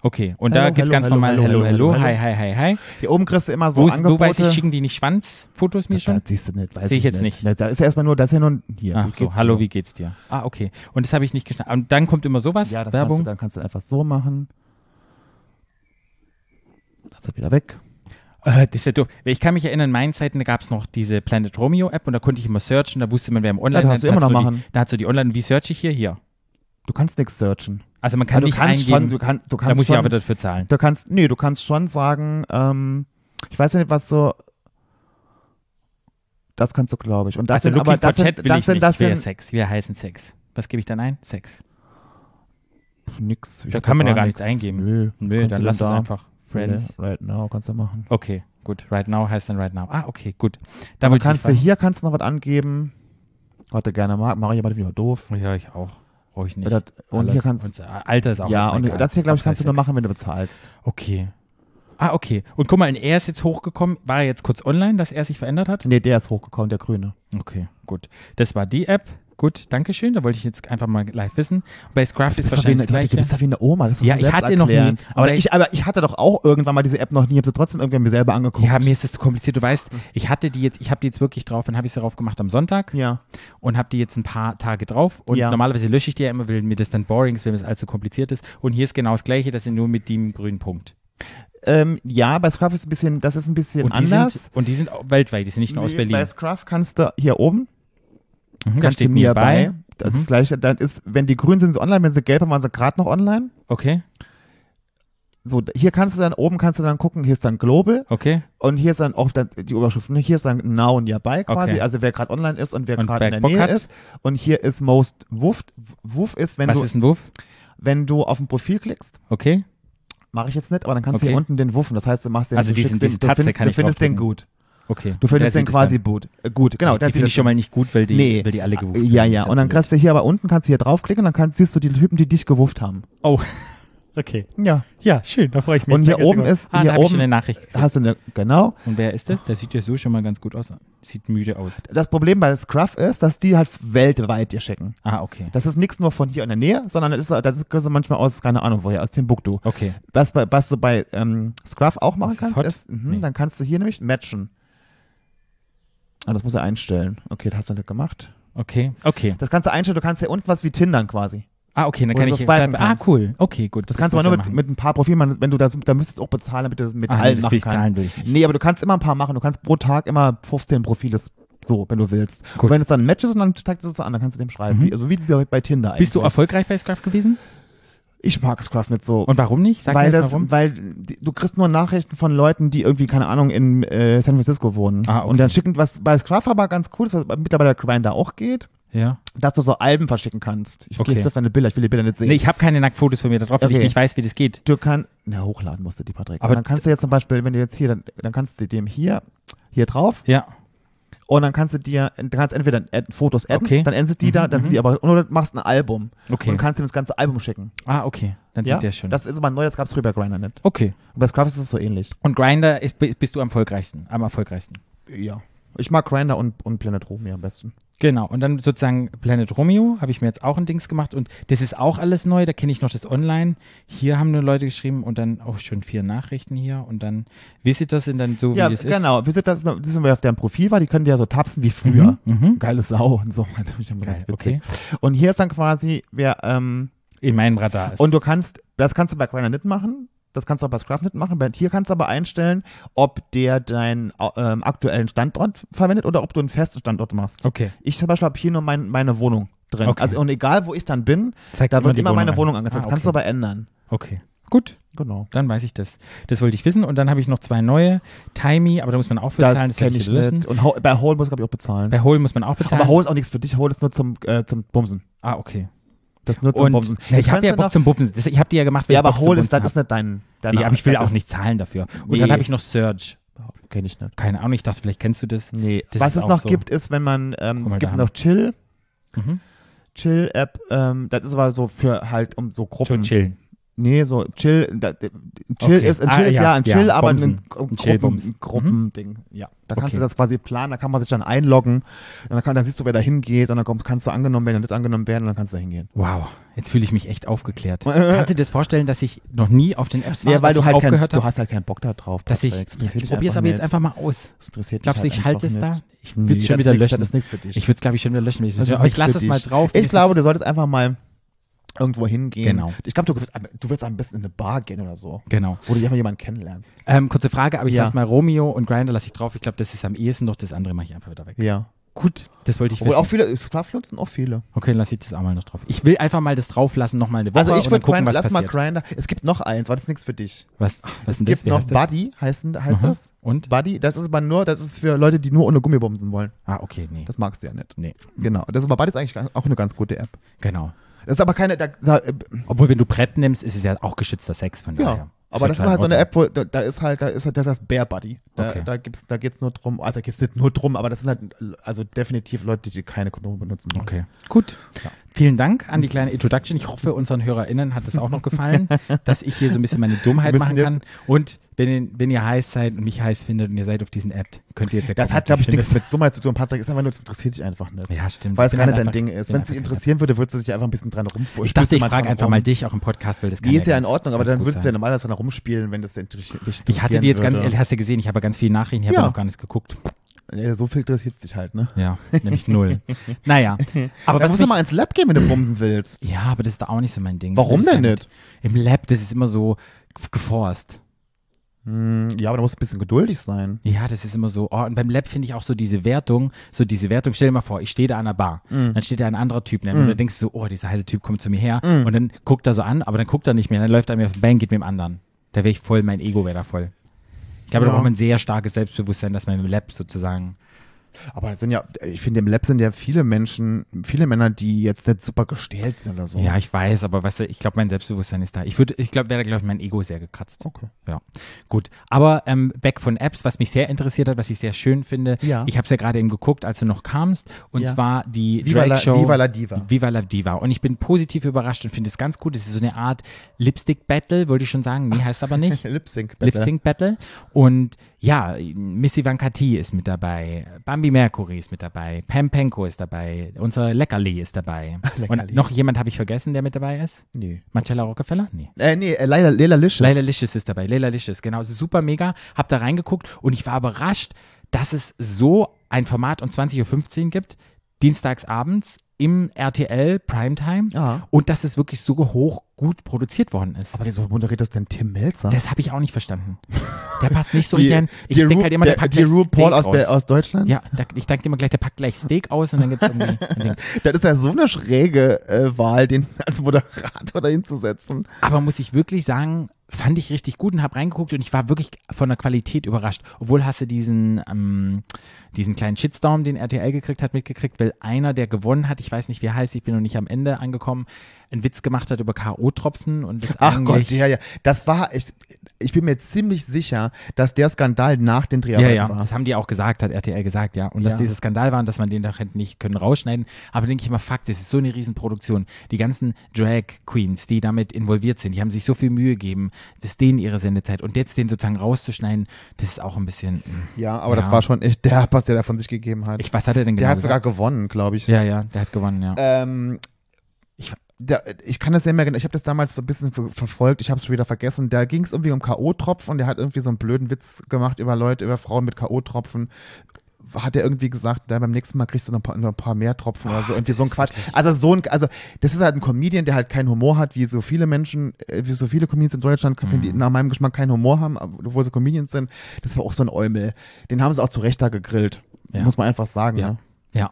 Speaker 1: Okay, und da
Speaker 2: Hello,
Speaker 1: geht's
Speaker 2: hello,
Speaker 1: ganz
Speaker 2: hello,
Speaker 1: normal
Speaker 2: hello,
Speaker 1: hello, hello,
Speaker 2: hello,
Speaker 1: hi,
Speaker 2: hello.
Speaker 1: hi, hi, hi.
Speaker 2: Hier oben kriegst du immer so
Speaker 1: wo, ist-
Speaker 2: Angebote.
Speaker 1: wo weiß ich, schicken die nicht Schwanzfotos mir
Speaker 2: das,
Speaker 1: schon?
Speaker 2: das siehst du nicht, weiß
Speaker 1: Sehe ich jetzt
Speaker 2: Na, Da ist ja erstmal nur, das ist ja nur hier.
Speaker 1: Ach
Speaker 2: wie
Speaker 1: so,
Speaker 2: geht's
Speaker 1: hallo,
Speaker 2: dir?
Speaker 1: wie geht's dir? Ah, okay. Und das habe ich nicht geschnallt. Und dann kommt immer sowas,
Speaker 2: Ja, das kannst du,
Speaker 1: Werbung.
Speaker 2: dann kannst du einfach so machen. Das ist wieder weg.
Speaker 1: Äh, das ist ja doof. Ich kann mich erinnern, in meinen Zeiten gab es noch diese Planet Romeo App und da konnte ich immer searchen, da wusste man, wer im Online
Speaker 2: Ja, das kannst du
Speaker 1: dann
Speaker 2: immer
Speaker 1: hast
Speaker 2: noch
Speaker 1: du die-
Speaker 2: machen.
Speaker 1: Dann hast du die Online, wie search ich hier? Hier.
Speaker 2: Du kannst nichts searchen.
Speaker 1: Also man kann
Speaker 2: Also du
Speaker 1: nicht
Speaker 2: kannst
Speaker 1: eingeben.
Speaker 2: schon, du, kann, du kannst
Speaker 1: da muss
Speaker 2: schon,
Speaker 1: ich aber dafür zahlen.
Speaker 2: Du kannst, nee, du kannst schon sagen, ähm, ich weiß ja nicht, was so. Das kannst du, glaube ich. Und das
Speaker 1: also
Speaker 2: sind aber
Speaker 1: looking for
Speaker 2: das sind,
Speaker 1: Chat will
Speaker 2: das
Speaker 1: ich
Speaker 2: sind,
Speaker 1: nicht.
Speaker 2: das
Speaker 1: ich will ja
Speaker 2: sind
Speaker 1: Sex. Wir heißen Sex. Was gebe ich dann ein? Sex.
Speaker 2: nix. Ich
Speaker 1: Da
Speaker 2: hab
Speaker 1: kann man ja gar nichts
Speaker 2: nix.
Speaker 1: eingeben.
Speaker 2: Nö,
Speaker 1: Nö,
Speaker 2: Kannst
Speaker 1: dann
Speaker 2: du
Speaker 1: lass es
Speaker 2: da-
Speaker 1: einfach. Friends.
Speaker 2: Nö, Right now kannst du machen.
Speaker 1: Okay, gut. Right now heißt dann right now. Ah, okay, gut. Da
Speaker 2: Du
Speaker 1: wollte ich
Speaker 2: kannst du
Speaker 1: dich
Speaker 2: hier kannst du noch was angeben. Warte gerne mag, mache ich aber wieder
Speaker 1: fragen.
Speaker 2: doof.
Speaker 1: Ja, ich auch. Ruhig nicht.
Speaker 2: Oder, und
Speaker 1: Alles.
Speaker 2: hier kannst
Speaker 1: Und, äh, Alter ist auch
Speaker 2: ja,
Speaker 1: erstmal
Speaker 2: und
Speaker 1: egal.
Speaker 2: das hier, glaube ich,
Speaker 1: Hauptsache
Speaker 2: kannst du nur
Speaker 1: Sex.
Speaker 2: machen, wenn du bezahlst.
Speaker 1: Okay. Ah, okay. Und guck mal, er ist jetzt hochgekommen. War er jetzt kurz online, dass er sich verändert hat?
Speaker 2: Nee, der ist hochgekommen, der Grüne.
Speaker 1: Okay, gut. Das war die App. Gut, Dankeschön. Da wollte ich jetzt einfach mal live wissen. Bei Scruff ist
Speaker 2: doch wie
Speaker 1: wahrscheinlich
Speaker 2: eine,
Speaker 1: das
Speaker 2: du bist
Speaker 1: Gleiche.
Speaker 2: doch wie eine Oma. Das
Speaker 1: Ja, ich hatte noch nie.
Speaker 2: Aber,
Speaker 1: Aber
Speaker 2: ich, aber ich hatte doch auch irgendwann mal diese App noch nie. Ich habe sie trotzdem irgendwann mir selber angeguckt.
Speaker 1: Ja, mir ist das zu kompliziert. Du weißt, ich hatte die jetzt, ich habe die jetzt wirklich drauf und habe ich sie drauf gemacht am Sonntag
Speaker 2: ja.
Speaker 1: und habe die jetzt ein paar Tage drauf. Und
Speaker 2: Ja.
Speaker 1: normalerweise lösche ich die ja immer, weil mir das dann boring ist, wenn es allzu kompliziert ist. Und hier ist genau das Gleiche, das sind nur mit dem grünen Punkt.
Speaker 2: Ähm, ja, bei Scruff ist ein bisschen, das ist ein bisschen
Speaker 1: Und die,
Speaker 2: anders.
Speaker 1: sind, und die sind auch weltweit, die sind nicht nur aus
Speaker 2: Nee,
Speaker 1: Berlin.
Speaker 2: Bei Scruff kannst du hier oben,
Speaker 1: Mhm, da
Speaker 2: kannst du
Speaker 1: steht Mhm.
Speaker 2: mir
Speaker 1: nearby.
Speaker 2: bei. Das ist gleich, dann ist, wenn die grün sind, sind sie online, wenn sie gelb haben, waren sie gerade noch online.
Speaker 1: Okay,
Speaker 2: So, hier kannst du dann, oben kannst du dann gucken, hier ist dann Global
Speaker 1: okay.
Speaker 2: und hier ist dann auch dann die Überschrift, ne? hier ist dann Now und Nearby quasi,
Speaker 1: Okay.
Speaker 2: also wer gerade online ist und wer
Speaker 1: Und
Speaker 2: gerade in der
Speaker 1: Bergbock
Speaker 2: Nähe
Speaker 1: hat?
Speaker 2: ist. Und hier ist Most Wuft. Wuff ist, wenn
Speaker 1: Was
Speaker 2: du
Speaker 1: ist ein Wurf?
Speaker 2: wenn du auf ein Profil klickst,
Speaker 1: Okay.
Speaker 2: mache ich jetzt nicht, aber dann kannst du
Speaker 1: Okay.
Speaker 2: hier unten den wuffen. Das heißt, du machst den,
Speaker 1: Also
Speaker 2: du
Speaker 1: diesen-
Speaker 2: schickst den-
Speaker 1: diese
Speaker 2: du
Speaker 1: Tatze
Speaker 2: findest,
Speaker 1: kann
Speaker 2: du
Speaker 1: ich
Speaker 2: findest den
Speaker 1: draufdrücken.
Speaker 2: gut.
Speaker 1: Okay.
Speaker 2: Du
Speaker 1: Der
Speaker 2: findest
Speaker 1: sieht
Speaker 2: den
Speaker 1: es
Speaker 2: quasi
Speaker 1: dann.
Speaker 2: gut. Äh, gut, genau.
Speaker 1: die finde ich schon mal nicht gut, weil die,
Speaker 2: Nee. Ah,
Speaker 1: weil die alle gewuft
Speaker 2: Ja,
Speaker 1: werden.
Speaker 2: ja.
Speaker 1: Ist
Speaker 2: Und dann
Speaker 1: blöd.
Speaker 2: kannst du hier aber unten kannst du hier draufklicken und dann kannst, siehst du die Typen, die dich gewufft haben.
Speaker 1: Oh, okay.
Speaker 2: Ja.
Speaker 1: Ja, schön, da freue ich mich.
Speaker 2: Und hier
Speaker 1: Danke,
Speaker 2: oben
Speaker 1: Simon.
Speaker 2: ist-
Speaker 1: ah,
Speaker 2: hier
Speaker 1: da hab ich
Speaker 2: oben-
Speaker 1: schon eine Nachricht. gekriegt.
Speaker 2: Hast du eine, genau.
Speaker 1: Und wer ist das? Der sieht ja so schon mal ganz gut aus. Sieht müde aus.
Speaker 2: Das Problem bei Scruff ist, dass die halt weltweit dir schicken.
Speaker 1: Ah, okay.
Speaker 2: Das ist nichts nur von hier in der Nähe, sondern das ist, das ist das ist manchmal aus, keine Ahnung woher, aus Timbuktu.
Speaker 1: Okay.
Speaker 2: Was, bei, was du bei ähm, Scruff auch machen
Speaker 1: Ist es
Speaker 2: kannst,
Speaker 1: hot?
Speaker 2: ist, mhm,
Speaker 1: Nee.
Speaker 2: dann kannst du hier nämlich matchen. Ah, das muss er einstellen. Okay, das hast du nicht gemacht.
Speaker 1: Okay, okay.
Speaker 2: Das kannst du einstellen, du kannst hier unten was wie Tindern quasi.
Speaker 1: Ah, okay, dann
Speaker 2: Wo
Speaker 1: kann
Speaker 2: du
Speaker 1: ich.
Speaker 2: so swipen
Speaker 1: ah,
Speaker 2: kannst.
Speaker 1: cool. Okay, gut.
Speaker 2: Das, kannst du
Speaker 1: muss
Speaker 2: aber nur
Speaker 1: ich
Speaker 2: mit,
Speaker 1: machen.
Speaker 2: mit ein paar Profilen, man- wenn du das, da müsstest du auch bezahlen, damit du das mit
Speaker 1: Ah, nee,
Speaker 2: allen
Speaker 1: das will
Speaker 2: machen
Speaker 1: ich
Speaker 2: kannst.
Speaker 1: zahlen will ich nicht.
Speaker 2: Nee, aber du kannst immer ein paar machen. Du kannst pro Tag immer 15 Profile so, wenn du willst.
Speaker 1: Gut.
Speaker 2: Und wenn es dann ein Match ist und dann zeigt es uns an, dann kannst du dem schreiben.
Speaker 1: Mhm.
Speaker 2: Wie, also wie bei, bei Tinder eigentlich.
Speaker 1: Bist du erfolgreich bei Scruff gewesen?
Speaker 2: Ich mag Scruff nicht so.
Speaker 1: Und warum nicht? Sag
Speaker 2: weil
Speaker 1: mir jetzt
Speaker 2: das,
Speaker 1: warum.
Speaker 2: weil die, du kriegst nur Nachrichten von Leuten, die irgendwie, keine Ahnung, in äh, San Francisco wohnen.
Speaker 1: Ah, okay.
Speaker 2: Und dann schicken, was bei Scruff aber ganz cool ist, was mittlerweile Grinder auch geht,
Speaker 1: Ja.
Speaker 2: dass du so Alben verschicken kannst. Ich
Speaker 1: Okay.
Speaker 2: okay. auf deine Bilder, ich will die Bilder nicht sehen.
Speaker 1: Nee, ich habe keine Nacktfotos von mir da drauf, weil ich
Speaker 2: Okay.
Speaker 1: nicht weiß, wie das geht.
Speaker 2: Du kannst, na, hochladen musst du die, Patrick.
Speaker 1: Aber
Speaker 2: Aber dann kannst du jetzt zum Beispiel, wenn du jetzt hier, dann, dann kannst du dem hier, hier drauf
Speaker 1: Ja.
Speaker 2: und dann kannst du dir, dann kannst du entweder add, Fotos adden,
Speaker 1: Okay. Mhm,
Speaker 2: dann endest du die da, dann sind die aber, oder du machst ein Album
Speaker 1: Okay.
Speaker 2: und kannst ihm das ganze Album schicken.
Speaker 1: Ah, okay. Dann
Speaker 2: ja,
Speaker 1: sieht der schön.
Speaker 2: das ist immer neu, das gab's früher bei Grindr nicht.
Speaker 1: okay.
Speaker 2: Und bei Scruff ist es so ähnlich.
Speaker 1: Und Grinder bist du am erfolgreichsten. Am erfolgreichsten.
Speaker 2: Ja. Ich mag Grindr und, und Planet Room hier am besten.
Speaker 1: Genau, und dann sozusagen Planet Romeo habe ich mir jetzt auch ein Dings gemacht und das ist auch alles neu, da kenne ich noch das Online. Hier haben nur Leute geschrieben und dann auch schon vier Nachrichten hier und dann Visitors sind dann so,
Speaker 2: ja,
Speaker 1: wie das
Speaker 2: genau. Wir sind das, das sind wir auf deren Profil war, die können die ja so tapsen wie
Speaker 1: ist.
Speaker 2: früher.
Speaker 1: Mhm, mhm.
Speaker 2: Geile Sau und so. Das find ich immer
Speaker 1: Geil,
Speaker 2: ganz
Speaker 1: okay.
Speaker 2: witzig. Und hier ist dann quasi, wer, ähm,
Speaker 1: In meinem Radar ist.
Speaker 2: Und du kannst, das kannst du bei Grindr nicht machen. Das kannst du auch bei Scruff nicht machen. Bei- Hier kannst du aber einstellen, ob der deinen au- ähm, aktuellen Standort verwendet oder ob du einen festen Standort machst.
Speaker 1: okay,
Speaker 2: Ich zum Beispiel habe hier nur mein, meine Wohnung drin.
Speaker 1: Okay.
Speaker 2: Also und egal, wo ich dann bin,
Speaker 1: zeigt
Speaker 2: da wird
Speaker 1: die
Speaker 2: immer meine Wohnung
Speaker 1: an.
Speaker 2: angezeigt.
Speaker 1: Ah,
Speaker 2: Das kannst du
Speaker 1: okay.
Speaker 2: aber ändern.
Speaker 1: Okay, gut,
Speaker 2: Genau.
Speaker 1: dann weiß ich das. Das wollte ich wissen und dann habe ich noch zwei neue, Timey, aber da muss man auch für zahlen,
Speaker 2: Das
Speaker 1: das
Speaker 2: kenne
Speaker 1: werde
Speaker 2: ich
Speaker 1: wieder
Speaker 2: nicht. Und Ho- bei Hole muss ich, glaube ich, auch bezahlen.
Speaker 1: Bei Hole muss man auch bezahlen.
Speaker 2: aber Hole ist auch nichts für dich. Hole ist nur zum, äh, zum Bumsen.
Speaker 1: ah, okay.
Speaker 2: Das ist nur zum
Speaker 1: Und
Speaker 2: Bumsen.
Speaker 1: Na,
Speaker 2: Jetzt
Speaker 1: ich habe
Speaker 2: kannst
Speaker 1: ja
Speaker 2: du
Speaker 1: Bock
Speaker 2: noch-
Speaker 1: zum Bumsen. Das, ich habe die ja gemacht, weil
Speaker 2: Ja,
Speaker 1: ich Bock
Speaker 2: aber
Speaker 1: zum
Speaker 2: Hole ist,
Speaker 1: Bumsen
Speaker 2: das ist nicht dein.
Speaker 1: hab.
Speaker 2: dein
Speaker 1: Nee, aber ich will auch nicht zahlen dafür. Und dann
Speaker 2: Nee.
Speaker 1: habe ich noch Surge.
Speaker 2: Kenne ich nicht.
Speaker 1: Keine Ahnung, ich dachte, vielleicht kennst du das.
Speaker 2: Nee.
Speaker 1: Das
Speaker 2: Was
Speaker 1: ist
Speaker 2: es
Speaker 1: auch
Speaker 2: noch
Speaker 1: so.
Speaker 2: gibt, ist, wenn man,
Speaker 1: Guck
Speaker 2: ähm,
Speaker 1: mal,
Speaker 2: es
Speaker 1: da
Speaker 2: gibt
Speaker 1: haben
Speaker 2: noch Chill.
Speaker 1: Mhm.
Speaker 2: Chill-App, ähm, das ist aber so für halt um so
Speaker 1: Schon
Speaker 2: Gruppen.
Speaker 1: chillen.
Speaker 2: Nee, so Chill, da, äh, Chill
Speaker 1: Okay.
Speaker 2: ist ein
Speaker 1: Ah,
Speaker 2: Chill ist
Speaker 1: ja,
Speaker 2: ja, ein
Speaker 1: ja,
Speaker 2: Chill, aber
Speaker 1: Bumsen.
Speaker 2: ein,
Speaker 1: Ein
Speaker 2: Gruppen,
Speaker 1: Chill-Bums.
Speaker 2: Gruppending. Ja, da kannst
Speaker 1: Okay.
Speaker 2: du das quasi planen, da kann man sich dann einloggen und dann, kann, dann siehst du, wer da hingeht und dann kommst, kannst du angenommen werden und nicht angenommen werden und dann kannst du da hingehen.
Speaker 1: Wow, jetzt fühle ich mich echt aufgeklärt. Kannst du dir das vorstellen, dass ich noch nie auf den Apps war,
Speaker 2: ja,
Speaker 1: dass
Speaker 2: weil du
Speaker 1: ich
Speaker 2: halt kein,
Speaker 1: aufgehört
Speaker 2: du
Speaker 1: habe,
Speaker 2: hast halt keinen Bock da drauf.
Speaker 1: dass ich,
Speaker 2: Patrick.
Speaker 1: ja,
Speaker 2: Das interessiert
Speaker 1: ich
Speaker 2: dich
Speaker 1: probiere es aber
Speaker 2: nicht.
Speaker 1: jetzt einfach mal aus.
Speaker 2: Das interessiert dich
Speaker 1: Glaubst du, ich
Speaker 2: einfach
Speaker 1: halte es
Speaker 2: nicht.
Speaker 1: da? Ich
Speaker 2: Nee,
Speaker 1: würde es schon
Speaker 2: das
Speaker 1: wieder
Speaker 2: ist nix-
Speaker 1: löschen.
Speaker 2: Das ist nichts für dich.
Speaker 1: ich würde es, glaube ich, schon wieder löschen. Wenn ich's
Speaker 2: Das ist
Speaker 1: löschen. aber ich
Speaker 2: nichts
Speaker 1: lasse
Speaker 2: für
Speaker 1: es mal
Speaker 2: dich.
Speaker 1: drauf.
Speaker 2: Ich
Speaker 1: Mir
Speaker 2: glaube,
Speaker 1: ist
Speaker 2: du solltest einfach mal irgendwo hingehen.
Speaker 1: Genau.
Speaker 2: Ich glaube, du, wirst- du willst am besten in eine Bar gehen oder so,
Speaker 1: es- Genau.
Speaker 2: wo du einfach jemanden kennenlernst.
Speaker 1: Ähm, kurze Frage, aber ich
Speaker 2: Ja.
Speaker 1: lasse mal Romeo und Grinder lasse ich drauf. Ich glaube, das ist am ehesten, doch das andere mache ich einfach wieder weg.
Speaker 2: Ja. Gut.
Speaker 1: Das wollte ich
Speaker 2: Obwohl
Speaker 1: wissen.
Speaker 2: auch viele, Scrufflot sind auch viele.
Speaker 1: okay, lass ich das einmal noch drauf. Ich will einfach mal das drauflassen, nochmal eine Woche
Speaker 2: Also ich
Speaker 1: und dann
Speaker 2: würde
Speaker 1: gucken,
Speaker 2: Grinder,
Speaker 1: was
Speaker 2: lass mal
Speaker 1: passiert.
Speaker 2: Grinder. Es gibt noch eins, war das nichts für dich?
Speaker 1: was, ach, was ist denn das?
Speaker 2: Es gibt
Speaker 1: Wie
Speaker 2: noch
Speaker 1: heißt das?
Speaker 2: Buddy, heißt, heißt
Speaker 1: Aha.
Speaker 2: das?
Speaker 1: Und?
Speaker 2: Buddy, das ist aber nur, das ist für Leute, die nur ohne Gummibomben wollen.
Speaker 1: Ah, okay, nee.
Speaker 2: Das magst du ja nicht.
Speaker 1: nee.
Speaker 2: Genau. Das ist aber Buddy ist eigentlich gar- auch eine ganz gute App.
Speaker 1: Genau.
Speaker 2: Das ist aber keine, da, da, äh,
Speaker 1: Obwohl, wenn du Brett nimmst, ist es ja auch geschützter Sex von
Speaker 2: ja.
Speaker 1: daher.
Speaker 2: Aber
Speaker 1: ja
Speaker 2: das ist
Speaker 1: klar
Speaker 2: halt so
Speaker 1: in
Speaker 2: eine
Speaker 1: Ordnung.
Speaker 2: App, wo da, da ist halt, da ist halt, das heißt Bear Buddy. Da,
Speaker 1: Okay.
Speaker 2: da gibt's, da geht's nur drum, also da geht's nicht nur drum, aber das sind halt, also definitiv Leute, die keine Kondome benutzen. wollen.
Speaker 1: Okay, gut. Vielen Dank an die kleine Introduction. Ich hoffe, unseren HörerInnen hat es auch noch gefallen, dass ich hier so ein bisschen meine Dummheit
Speaker 2: Müssen
Speaker 1: machen
Speaker 2: jetzt-
Speaker 1: kann. Und wenn ihr, wenn ihr heiß seid und mich heiß findet und ihr seid auf diesen App, könnt ihr jetzt ja
Speaker 2: Das
Speaker 1: gucken,
Speaker 2: hat, glaube ich,
Speaker 1: findet.
Speaker 2: nichts mit Dummheit zu tun, Patrick. Ist einfach nur, es interessiert dich einfach nicht.
Speaker 1: Ja, stimmt.
Speaker 2: Weil
Speaker 1: Ich
Speaker 2: es
Speaker 1: bin
Speaker 2: gar
Speaker 1: halt
Speaker 2: nicht dein
Speaker 1: einfach-
Speaker 2: Ding ist.
Speaker 1: bin
Speaker 2: Wenn es dich
Speaker 1: einfach
Speaker 2: interessieren würde, würdest du dich einfach ein bisschen dran rumfummeln.
Speaker 1: Ich dachte, ich frage einfach mal dich auch im Podcast, weil das kann
Speaker 2: Die ist ja in
Speaker 1: ganz-
Speaker 2: Ordnung, aber
Speaker 1: ganz
Speaker 2: dann
Speaker 1: gut
Speaker 2: würdest du ja
Speaker 1: sein.
Speaker 2: normalerweise dran rumspielen, wenn das denn dich dich interessiert.
Speaker 1: Ich hatte die jetzt ganz
Speaker 2: würde.
Speaker 1: ehrlich, hast du gesehen, ich habe ganz viele Nachrichten, ich habe
Speaker 2: Ja.
Speaker 1: noch gar nichts geguckt.
Speaker 2: Ja, so viel interessiert dich halt, ne?
Speaker 1: Ja, nämlich null. Naja, aber
Speaker 2: Da
Speaker 1: was
Speaker 2: musst du
Speaker 1: mich,
Speaker 2: mal ins Lab gehen, wenn du bumsen willst.
Speaker 1: Ja, aber das ist da auch nicht so mein Ding. Das
Speaker 2: Warum
Speaker 1: ist
Speaker 2: denn
Speaker 1: kein-
Speaker 2: nicht?
Speaker 1: Im Lab, das ist immer so geforst.
Speaker 2: Hm, Ja, aber da musst du ein bisschen geduldig sein.
Speaker 1: Ja, das ist immer so. Oh, und beim Lab finde ich auch so diese Wertung, so diese Wertung. Stell dir mal vor, ich stehe da an der Bar, dann steht da ein anderer Typ neben mir und dann denkst du so, oh, dieser heiße Typ kommt zu mir her und dann guckt er so an, aber dann guckt er nicht mehr, dann läuft er mir vorbei und geht mit dem anderen. Da wäre ich voll, mein Ego wäre da voll. Ich glaube, da
Speaker 2: Ja.
Speaker 1: braucht man sehr starkes Selbstbewusstsein, dass man im Lab sozusagen.
Speaker 2: Aber das sind ja, ich finde, im Lab sind ja viele Menschen, viele Männer, die jetzt nicht super gestellt sind oder so.
Speaker 1: Ja, ich weiß, aber weißt du, ich glaube, mein Selbstbewusstsein ist da. Ich würde, ich glaube, wäre da, glaube ich, mein Ego sehr gekratzt.
Speaker 2: Okay.
Speaker 1: Ja, gut. Aber ähm, weg von Apps, was mich sehr interessiert hat, was ich sehr schön finde.
Speaker 2: Ja.
Speaker 1: Ich habe es ja gerade eben geguckt, als du noch kamst. Und
Speaker 2: Ja.
Speaker 1: zwar die
Speaker 2: Viva la-
Speaker 1: Drag Show.
Speaker 2: Viva la Diva.
Speaker 1: Viva la Diva. Und ich bin positiv überrascht und finde es ganz gut. Es ist so eine Art Lipstick-Battle, wollte ich schon sagen. Nee, heißt aber nicht.
Speaker 2: Lip Sync.
Speaker 1: Lip Sync Battle. Und ja, Missy Vankati ist mit dabei, Bambi Mercury ist mit dabei, Pam Penko ist dabei, unser Leckerli ist dabei.
Speaker 2: Leckerli.
Speaker 1: Und noch jemand habe ich vergessen, der mit dabei ist?
Speaker 2: Nee.
Speaker 1: Marcella Rockefeller? Nee.
Speaker 2: Äh, nee, äh, Leila, Leila Licious.
Speaker 1: Leila Licious ist dabei. Leila Licious, genau. Super mega. Hab da reingeguckt und ich war überrascht, dass es so ein Format um 20.15 Uhr gibt, dienstags abends im RTL Primetime.
Speaker 2: Ja.
Speaker 1: Und dass es wirklich so hoch gut produziert worden ist.
Speaker 2: Aber wieso moderiert das denn Tim Melzer?
Speaker 1: Das habe ich auch nicht verstanden. Der passt nicht so richtig hin. Ich
Speaker 2: die
Speaker 1: denke
Speaker 2: Ru-
Speaker 1: halt immer, der,
Speaker 2: der,
Speaker 1: packt
Speaker 2: die
Speaker 1: gleich
Speaker 2: RuPaul
Speaker 1: Steak
Speaker 2: aus,
Speaker 1: aus.
Speaker 2: Be- aus Deutschland?
Speaker 1: Ja, da, ich denke immer gleich, der packt gleich Steak aus und dann gibt's irgendwie. ein Ding.
Speaker 2: Das ist ja so eine schräge äh, Wahl, den als Moderator da hinzusetzen.
Speaker 1: Aber muss ich wirklich sagen, fand ich richtig gut und habe reingeguckt und ich war wirklich von der Qualität überrascht. Obwohl hast du diesen, ähm, diesen kleinen Shitstorm, den RTL gekriegt hat, mitgekriegt, weil einer, der gewonnen hat, ich weiß nicht, wie er heißt, ich bin noch nicht am Ende angekommen, einen Witz gemacht hat über K.O.-Tropfen und das
Speaker 2: Ach
Speaker 1: eigentlich.
Speaker 2: Gott, ja, ja. Das war, ich, ich bin mir ziemlich sicher, dass der Skandal nach den
Speaker 1: Ja,
Speaker 2: Dreharbeiten
Speaker 1: ja,
Speaker 2: war.
Speaker 1: das haben die auch gesagt, hat RTL gesagt, ja. Und dass
Speaker 2: Ja.
Speaker 1: dieser Skandal war und dass man den doch hätte nicht können rausschneiden. Aber denke ich immer, fuck, das ist so eine Riesenproduktion. Die ganzen Drag Queens, die damit involviert sind, die haben sich so viel Mühe gegeben, das denen ihre Sendezeit. Und jetzt den sozusagen rauszuschneiden, das ist auch ein bisschen. mm.
Speaker 2: Ja, aber das
Speaker 1: Ja.
Speaker 2: war schon echt der Pass, der da von sich gegeben hat.
Speaker 1: Ich, was hat er denn
Speaker 2: der
Speaker 1: genau
Speaker 2: hat sogar
Speaker 1: gesagt?
Speaker 2: gewonnen, glaube ich.
Speaker 1: Ja, ja, der hat gewonnen, ja.
Speaker 2: Ähm,
Speaker 1: Ich-
Speaker 2: ich, der, ich kann das ja mehr genau. Ich habe das damals so ein bisschen ver- verfolgt. Ich habe es schon wieder vergessen. Da ging es irgendwie um K.O.-Tropfen und der hat irgendwie so einen blöden Witz gemacht über Leute, über Frauen mit K.O.-Tropfen. Hat er irgendwie gesagt, na, beim nächsten Mal kriegst du noch ein paar, noch ein paar mehr Tropfen oder so. Irgendwie so ein Quatsch. Also so ein, also das ist halt ein Comedian, der halt keinen Humor hat, wie so viele Menschen, äh, wie so viele Comedians in Deutschland, die
Speaker 1: Mhm.
Speaker 2: nach meinem Geschmack keinen Humor haben, obwohl sie Comedians sind. Das war auch so ein Eumel. Den haben sie auch zu Recht da gegrillt.
Speaker 1: Ja.
Speaker 2: Muss man einfach sagen.
Speaker 1: Ja.
Speaker 2: Ne?
Speaker 1: Ja.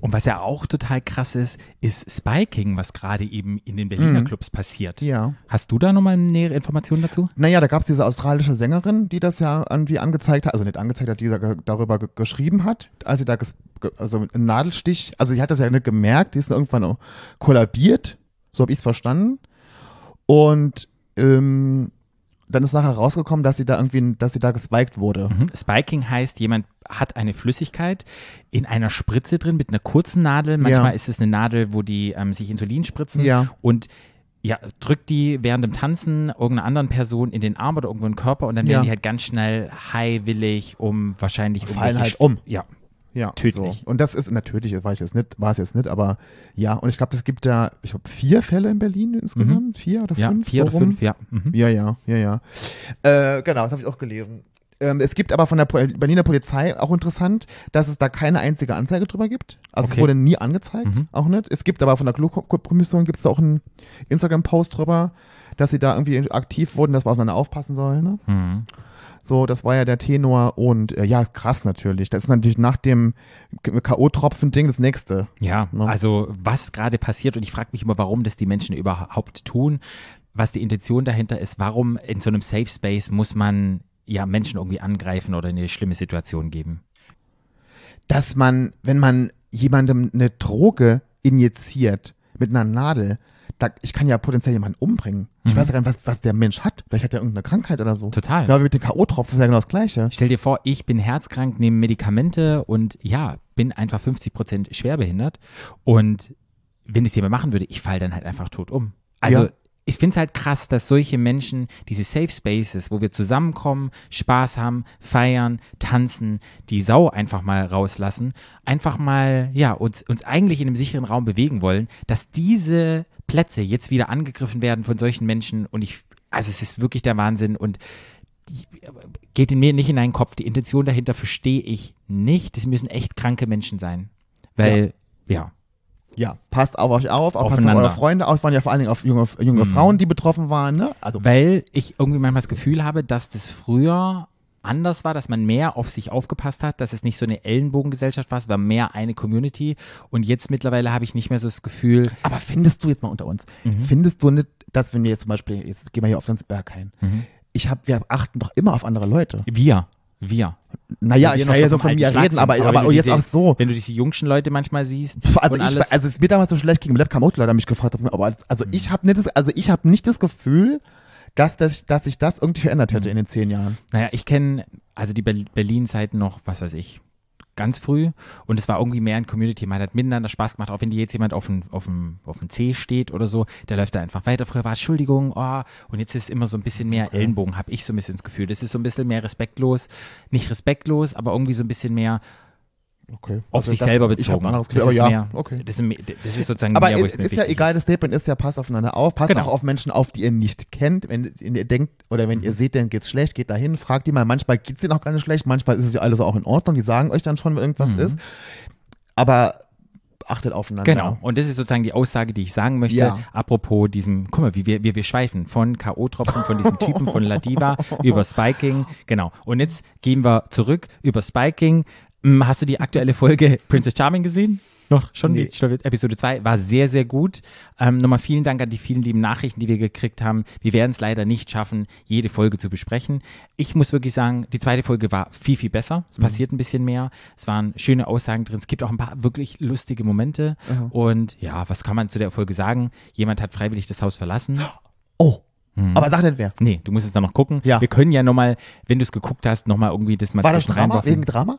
Speaker 1: Und was ja auch total krass ist, ist Spiking, was gerade eben in den Berliner Clubs passiert.
Speaker 2: Mhm. ja.
Speaker 1: Hast du da nochmal nähere Informationen dazu?
Speaker 2: Naja, da gab es diese australische Sängerin, die das ja irgendwie angezeigt hat, also nicht angezeigt hat, die da ge- darüber ge geschrieben hat, als sie da ges ge also einen Nadelstich, also sie hat das ja nicht gemerkt, die ist dann irgendwann auch kollabiert, so habe ich es verstanden. Und ähm, dann ist nachher rausgekommen, dass sie da irgendwie, dass sie da gespiked wurde.
Speaker 1: Mhm. Spiking heißt, jemand hat eine Flüssigkeit in einer Spritze drin mit einer kurzen Nadel. Manchmal
Speaker 2: Ja.
Speaker 1: ist es eine Nadel, wo die ähm, sich Insulin spritzen
Speaker 2: Ja.
Speaker 1: und ja, drückt die während dem Tanzen irgendeiner anderen Person in den Arm oder irgendwo in den Körper und dann werden
Speaker 2: Ja.
Speaker 1: die halt ganz schnell highwillig, um wahrscheinlich
Speaker 2: Fallen
Speaker 1: irgendwelche
Speaker 2: halt um.
Speaker 1: Sch- Ja,
Speaker 2: Ja,
Speaker 1: Tödlich.
Speaker 2: So. Und das ist natürlich, das war ich jetzt nicht, war es jetzt nicht, aber ja, und ich glaube, es gibt da, ich glaube, vier Fälle in Berlin insgesamt, vier oder
Speaker 1: Mhm. ja
Speaker 2: fünf.
Speaker 1: vier
Speaker 2: so
Speaker 1: oder
Speaker 2: rum.
Speaker 1: fünf, ja. Mhm.
Speaker 2: Ja, ja, ja, ja. Äh, genau, das habe ich auch gelesen. Ähm, es gibt aber von der Po- Berliner Polizei auch interessant, dass es da keine einzige Anzeige drüber gibt. Also
Speaker 1: Okay.
Speaker 2: es wurde nie angezeigt,
Speaker 1: Mhm.
Speaker 2: auch nicht. Es gibt aber von der Club-Kommission gibt es da auch einen Instagram-Post drüber, dass sie da irgendwie aktiv wurden, dass man aufeinander aufpassen soll. Ne?
Speaker 1: Mhm.
Speaker 2: So, das war ja der Tenor und äh, ja, krass natürlich. Das ist natürlich nach dem K.O.-Tropfen-Ding das nächste.
Speaker 1: Ja,
Speaker 2: Ne?
Speaker 1: also was gerade passiert und ich frage mich immer, warum das die Menschen überhaupt tun, was die Intention dahinter ist, warum in so einem Safe Space muss man ja Menschen irgendwie angreifen oder in eine schlimme Situation geben.
Speaker 2: dass man, wenn man jemandem eine Droge injiziert mit einer Nadel, da, ich kann ja potenziell jemanden umbringen. Ich weiß ja gar nicht, was, was der Mensch hat. Vielleicht hat er irgendeine Krankheit oder so.
Speaker 1: Mhm. Total. ne?
Speaker 2: Genau wie mit dem K.O.-Tropfen ist ja genau das Gleiche.
Speaker 1: Stell dir vor, ich bin herzkrank, nehme Medikamente und ja, bin einfach 50 Prozent schwerbehindert. Und wenn es jemand machen würde, ich falle dann halt einfach tot um. Also
Speaker 2: Ja.
Speaker 1: ich finde es halt krass, dass solche Menschen diese Safe Spaces, wo wir zusammenkommen, Spaß haben, feiern, tanzen, die Sau einfach mal rauslassen, einfach mal, ja, uns, uns eigentlich in einem sicheren Raum bewegen wollen, dass diese Plätze jetzt wieder angegriffen werden von solchen Menschen und ich, also es ist wirklich der Wahnsinn und geht in mir nicht in einen Kopf. Die Intention dahinter verstehe ich nicht. Das müssen echt kranke Menschen sein. Weil, ja.
Speaker 2: Ja, passt auf euch auf, auch passt auf
Speaker 1: Aufeinander. Mhm.
Speaker 2: eure Freunde aus. Waren ja vor allen Dingen auf junge, junge Frauen, die betroffen waren. Ne? Also
Speaker 1: Weil ich irgendwie manchmal das Gefühl habe, dass das früher anders war, dass man mehr auf sich aufgepasst hat, dass es nicht so eine Ellenbogengesellschaft war, es war mehr eine Community. Und jetzt mittlerweile habe ich nicht mehr so das Gefühl,
Speaker 2: Aber findest du jetzt mal unter uns,
Speaker 1: Mhm.
Speaker 2: findest du nicht, dass wenn wir jetzt zum Beispiel, jetzt gehen wir hier auf den Berg ein,
Speaker 1: Mhm.
Speaker 2: ich hab, wir achten doch immer auf andere Leute.
Speaker 1: wir, wir.
Speaker 2: Naja,
Speaker 1: wir
Speaker 2: ich
Speaker 1: noch
Speaker 2: kann ja so
Speaker 1: vom
Speaker 2: von
Speaker 1: alten
Speaker 2: mir
Speaker 1: Schlag
Speaker 2: reden,
Speaker 1: sind.
Speaker 2: aber, aber,
Speaker 1: wenn du
Speaker 2: jetzt
Speaker 1: diese-
Speaker 2: auch so.
Speaker 1: Wenn du diese jungschen Leute manchmal siehst,
Speaker 2: Pf, Also
Speaker 1: und
Speaker 2: ich,
Speaker 1: alles, Hm.
Speaker 2: also es ist mir damals so schlecht ging im Lab kam auch Leute haben mich gefragt, ob, aber als- also ich habe nicht das, also ich habe nicht das Gefühl, dass das, dass sich das irgendwie verändert
Speaker 1: Hm.
Speaker 2: hätte in den zehn Jahren.
Speaker 1: Naja, ich kenne also die Ber- Berlin-Zeiten noch, was weiß ich, ganz früh. Und es war irgendwie mehr ein Community. Man hat miteinander Spaß gemacht, auch wenn dir jetzt jemand auf dem, auf dem, auf dem C steht oder so, der läuft da einfach weiter. Früher war es Entschuldigung, oh, und jetzt ist immer so ein bisschen mehr Ellenbogen, habe ich so ein bisschen das Gefühl. Das ist so ein bisschen mehr respektlos. Nicht respektlos, aber irgendwie so ein bisschen mehr Also
Speaker 2: Okay.
Speaker 1: auf sich selber bezogen.
Speaker 2: Ich habe ein anderes Gefühl,
Speaker 1: das
Speaker 2: aber
Speaker 1: ist
Speaker 2: ja,
Speaker 1: mehr,
Speaker 2: okay.
Speaker 1: Das ist, me- das ist sozusagen
Speaker 2: Aber
Speaker 1: mehr, wo
Speaker 2: es
Speaker 1: es mir
Speaker 2: ist ja
Speaker 1: wichtig
Speaker 2: egal,
Speaker 1: Ist.
Speaker 2: das Statement ist ja, passt aufeinander auf, passt
Speaker 1: Genau.
Speaker 2: auch auf Menschen auf, die ihr nicht kennt, wenn ihr denkt oder
Speaker 1: Mhm.
Speaker 2: wenn ihr seht, denen geht's schlecht, geht dahin, fragt die mal, manchmal geht's ihnen auch gar nicht schlecht, manchmal ist es ja alles auch in Ordnung, die sagen euch dann schon, wenn irgendwas
Speaker 1: Mhm.
Speaker 2: ist, aber achtet aufeinander.
Speaker 1: Genau. Und das ist sozusagen die Aussage, die ich sagen möchte.
Speaker 2: Ja.
Speaker 1: Apropos diesem, guck mal, wie wir, wir, wir schweifen von K.O.-Tropfen, von diesem Typen von Ladiva über Spiking. Genau. Und jetzt gehen wir zurück über Spiking. Hm, Hast du die aktuelle Folge Princess Charming gesehen? Noch schon, die, schon jetzt Episode 2 war sehr, sehr gut. Ähm, nochmal vielen Dank an die vielen lieben Nachrichten, die wir gekriegt haben. Wir werden es leider nicht schaffen, jede Folge zu besprechen. Ich muss wirklich sagen, die zweite Folge war viel, viel besser.
Speaker 2: Mhm.
Speaker 1: Es passiert ein bisschen mehr. Es waren schöne Aussagen drin. Es gibt auch ein paar wirklich lustige Momente. Und ja, was kann man zu der Folge sagen? Jemand hat freiwillig das Haus verlassen.
Speaker 2: Oh,
Speaker 1: Mhm.
Speaker 2: aber sagt nicht wer.
Speaker 1: Nee, du musst es dann noch gucken.
Speaker 2: Ja.
Speaker 1: Wir können ja nochmal, wenn du es geguckt hast, nochmal irgendwie das mal
Speaker 2: War das
Speaker 1: zwischen
Speaker 2: Drama?
Speaker 1: reinwerfen.
Speaker 2: Wegen Drama?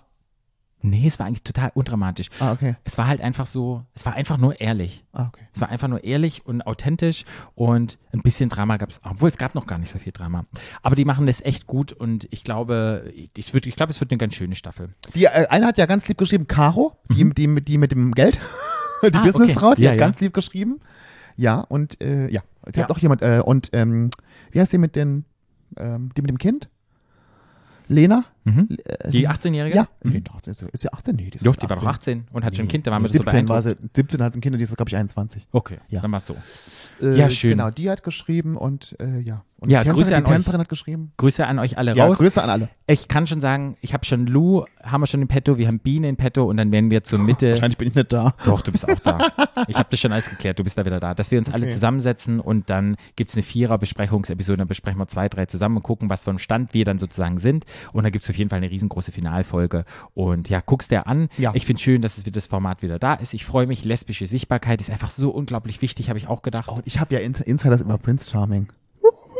Speaker 1: Nee, es war eigentlich total undramatisch.
Speaker 2: Ah, okay.
Speaker 1: Es war halt einfach so, es war einfach nur ehrlich.
Speaker 2: Ah, okay.
Speaker 1: Es war einfach nur ehrlich und authentisch und ein bisschen Drama gab es, obwohl es gab noch gar nicht so viel Drama. Aber die machen das echt gut und ich glaube, ich, ich, würd- ich glaube, es wird eine ganz schöne Staffel.
Speaker 2: Die äh, eine hat ja ganz lieb geschrieben, Caro, die, die, die mit dem Geld, die
Speaker 1: Mhm. Ah,
Speaker 2: Businessfrau, die
Speaker 1: okay. Ja,
Speaker 2: hat
Speaker 1: ja.
Speaker 2: ganz lieb geschrieben. Ja, und äh, ja, die
Speaker 1: Ja.
Speaker 2: hat auch jemand, äh, und ähm, wie heißt die mit den, ähm, die mit dem Kind? Lena?
Speaker 1: Mhm.
Speaker 2: äh,
Speaker 1: Die 18-Jährige?
Speaker 2: Ja. Nee, 18, ist, ist sie 18? Nee, die ist
Speaker 1: Doch,
Speaker 2: schon
Speaker 1: die war doch 18 und hat schon ein Kind, da waren wir das
Speaker 2: Nee,
Speaker 1: so
Speaker 2: 17 war
Speaker 1: beeindruckt.
Speaker 2: sie, 17 hat ein Kind und die ist, glaube ich, 21.
Speaker 1: Okay,
Speaker 2: Ja.
Speaker 1: dann war's so.
Speaker 2: Äh,
Speaker 1: Ja, schön.
Speaker 2: Genau, die hat geschrieben und äh, ja. Und
Speaker 1: Ja,
Speaker 2: die
Speaker 1: Grüße
Speaker 2: Tänzerin,
Speaker 1: an
Speaker 2: die
Speaker 1: euch.
Speaker 2: Tänzerin hat geschrieben.
Speaker 1: Grüße an euch alle
Speaker 2: Ja,
Speaker 1: raus. Äh.
Speaker 2: Grüße an alle.
Speaker 1: Ich kann schon sagen, ich habe schon Lou, haben wir schon im Petto, wir haben Biene im Petto und dann werden wir zur Mitte.
Speaker 2: Wahrscheinlich bin ich nicht da.
Speaker 1: Doch, du bist auch da. Ich habe das schon alles geklärt, du bist da wieder da. Dass wir uns alle zusammensetzen und dann gibt es eine Vierer-Besprechungsepisode, dann besprechen wir zwei, drei zusammen und gucken, was für ein Stand wir dann sozusagen sind. Und dann gibt es auf jeden Fall eine riesengroße Finalfolge. Und ja, guck's dir an.
Speaker 2: Ja.
Speaker 1: Ich finde schön, dass es wieder das Format wieder da ist. Ich freue mich. Lesbische Sichtbarkeit ist einfach so unglaublich wichtig, habe ich auch gedacht.
Speaker 2: Und ich habe ja Ins- Insiders über Prince Charming.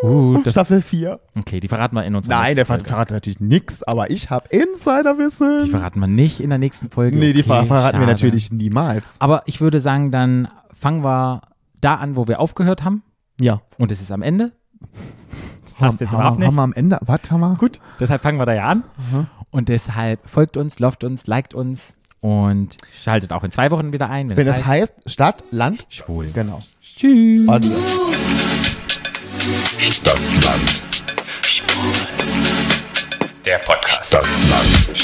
Speaker 1: Uh, das,
Speaker 2: Staffel 4.
Speaker 1: okay, die verraten wir in unserer
Speaker 2: Nein, der
Speaker 1: nächsten
Speaker 2: ver-
Speaker 1: Folge.
Speaker 2: verratet natürlich nichts, aber ich habe Insiderwissen.
Speaker 1: Die verraten wir nicht in der nächsten Folge.
Speaker 2: nee, die ver
Speaker 1: Okay,
Speaker 2: verraten wir
Speaker 1: schade.
Speaker 2: natürlich niemals.
Speaker 1: Aber ich würde sagen, dann fangen wir da an, wo wir aufgehört haben.
Speaker 2: Ja.
Speaker 1: Und es ist am Ende.
Speaker 2: haben, haben, wir- haben wir am Ende. Warte mal.
Speaker 1: Gut, deshalb fangen wir da ja an. Und deshalb folgt uns, loft uns, liked uns und schaltet auch in zwei Wochen wieder ein, wenn,
Speaker 2: Wenn
Speaker 1: es
Speaker 2: es heißt Stadt, Land,
Speaker 1: schwul.
Speaker 2: genau.
Speaker 1: Tschüss.
Speaker 2: Und
Speaker 3: Stadtland. Der Podcast. Stadtland.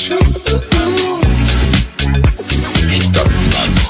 Speaker 3: Stadtland.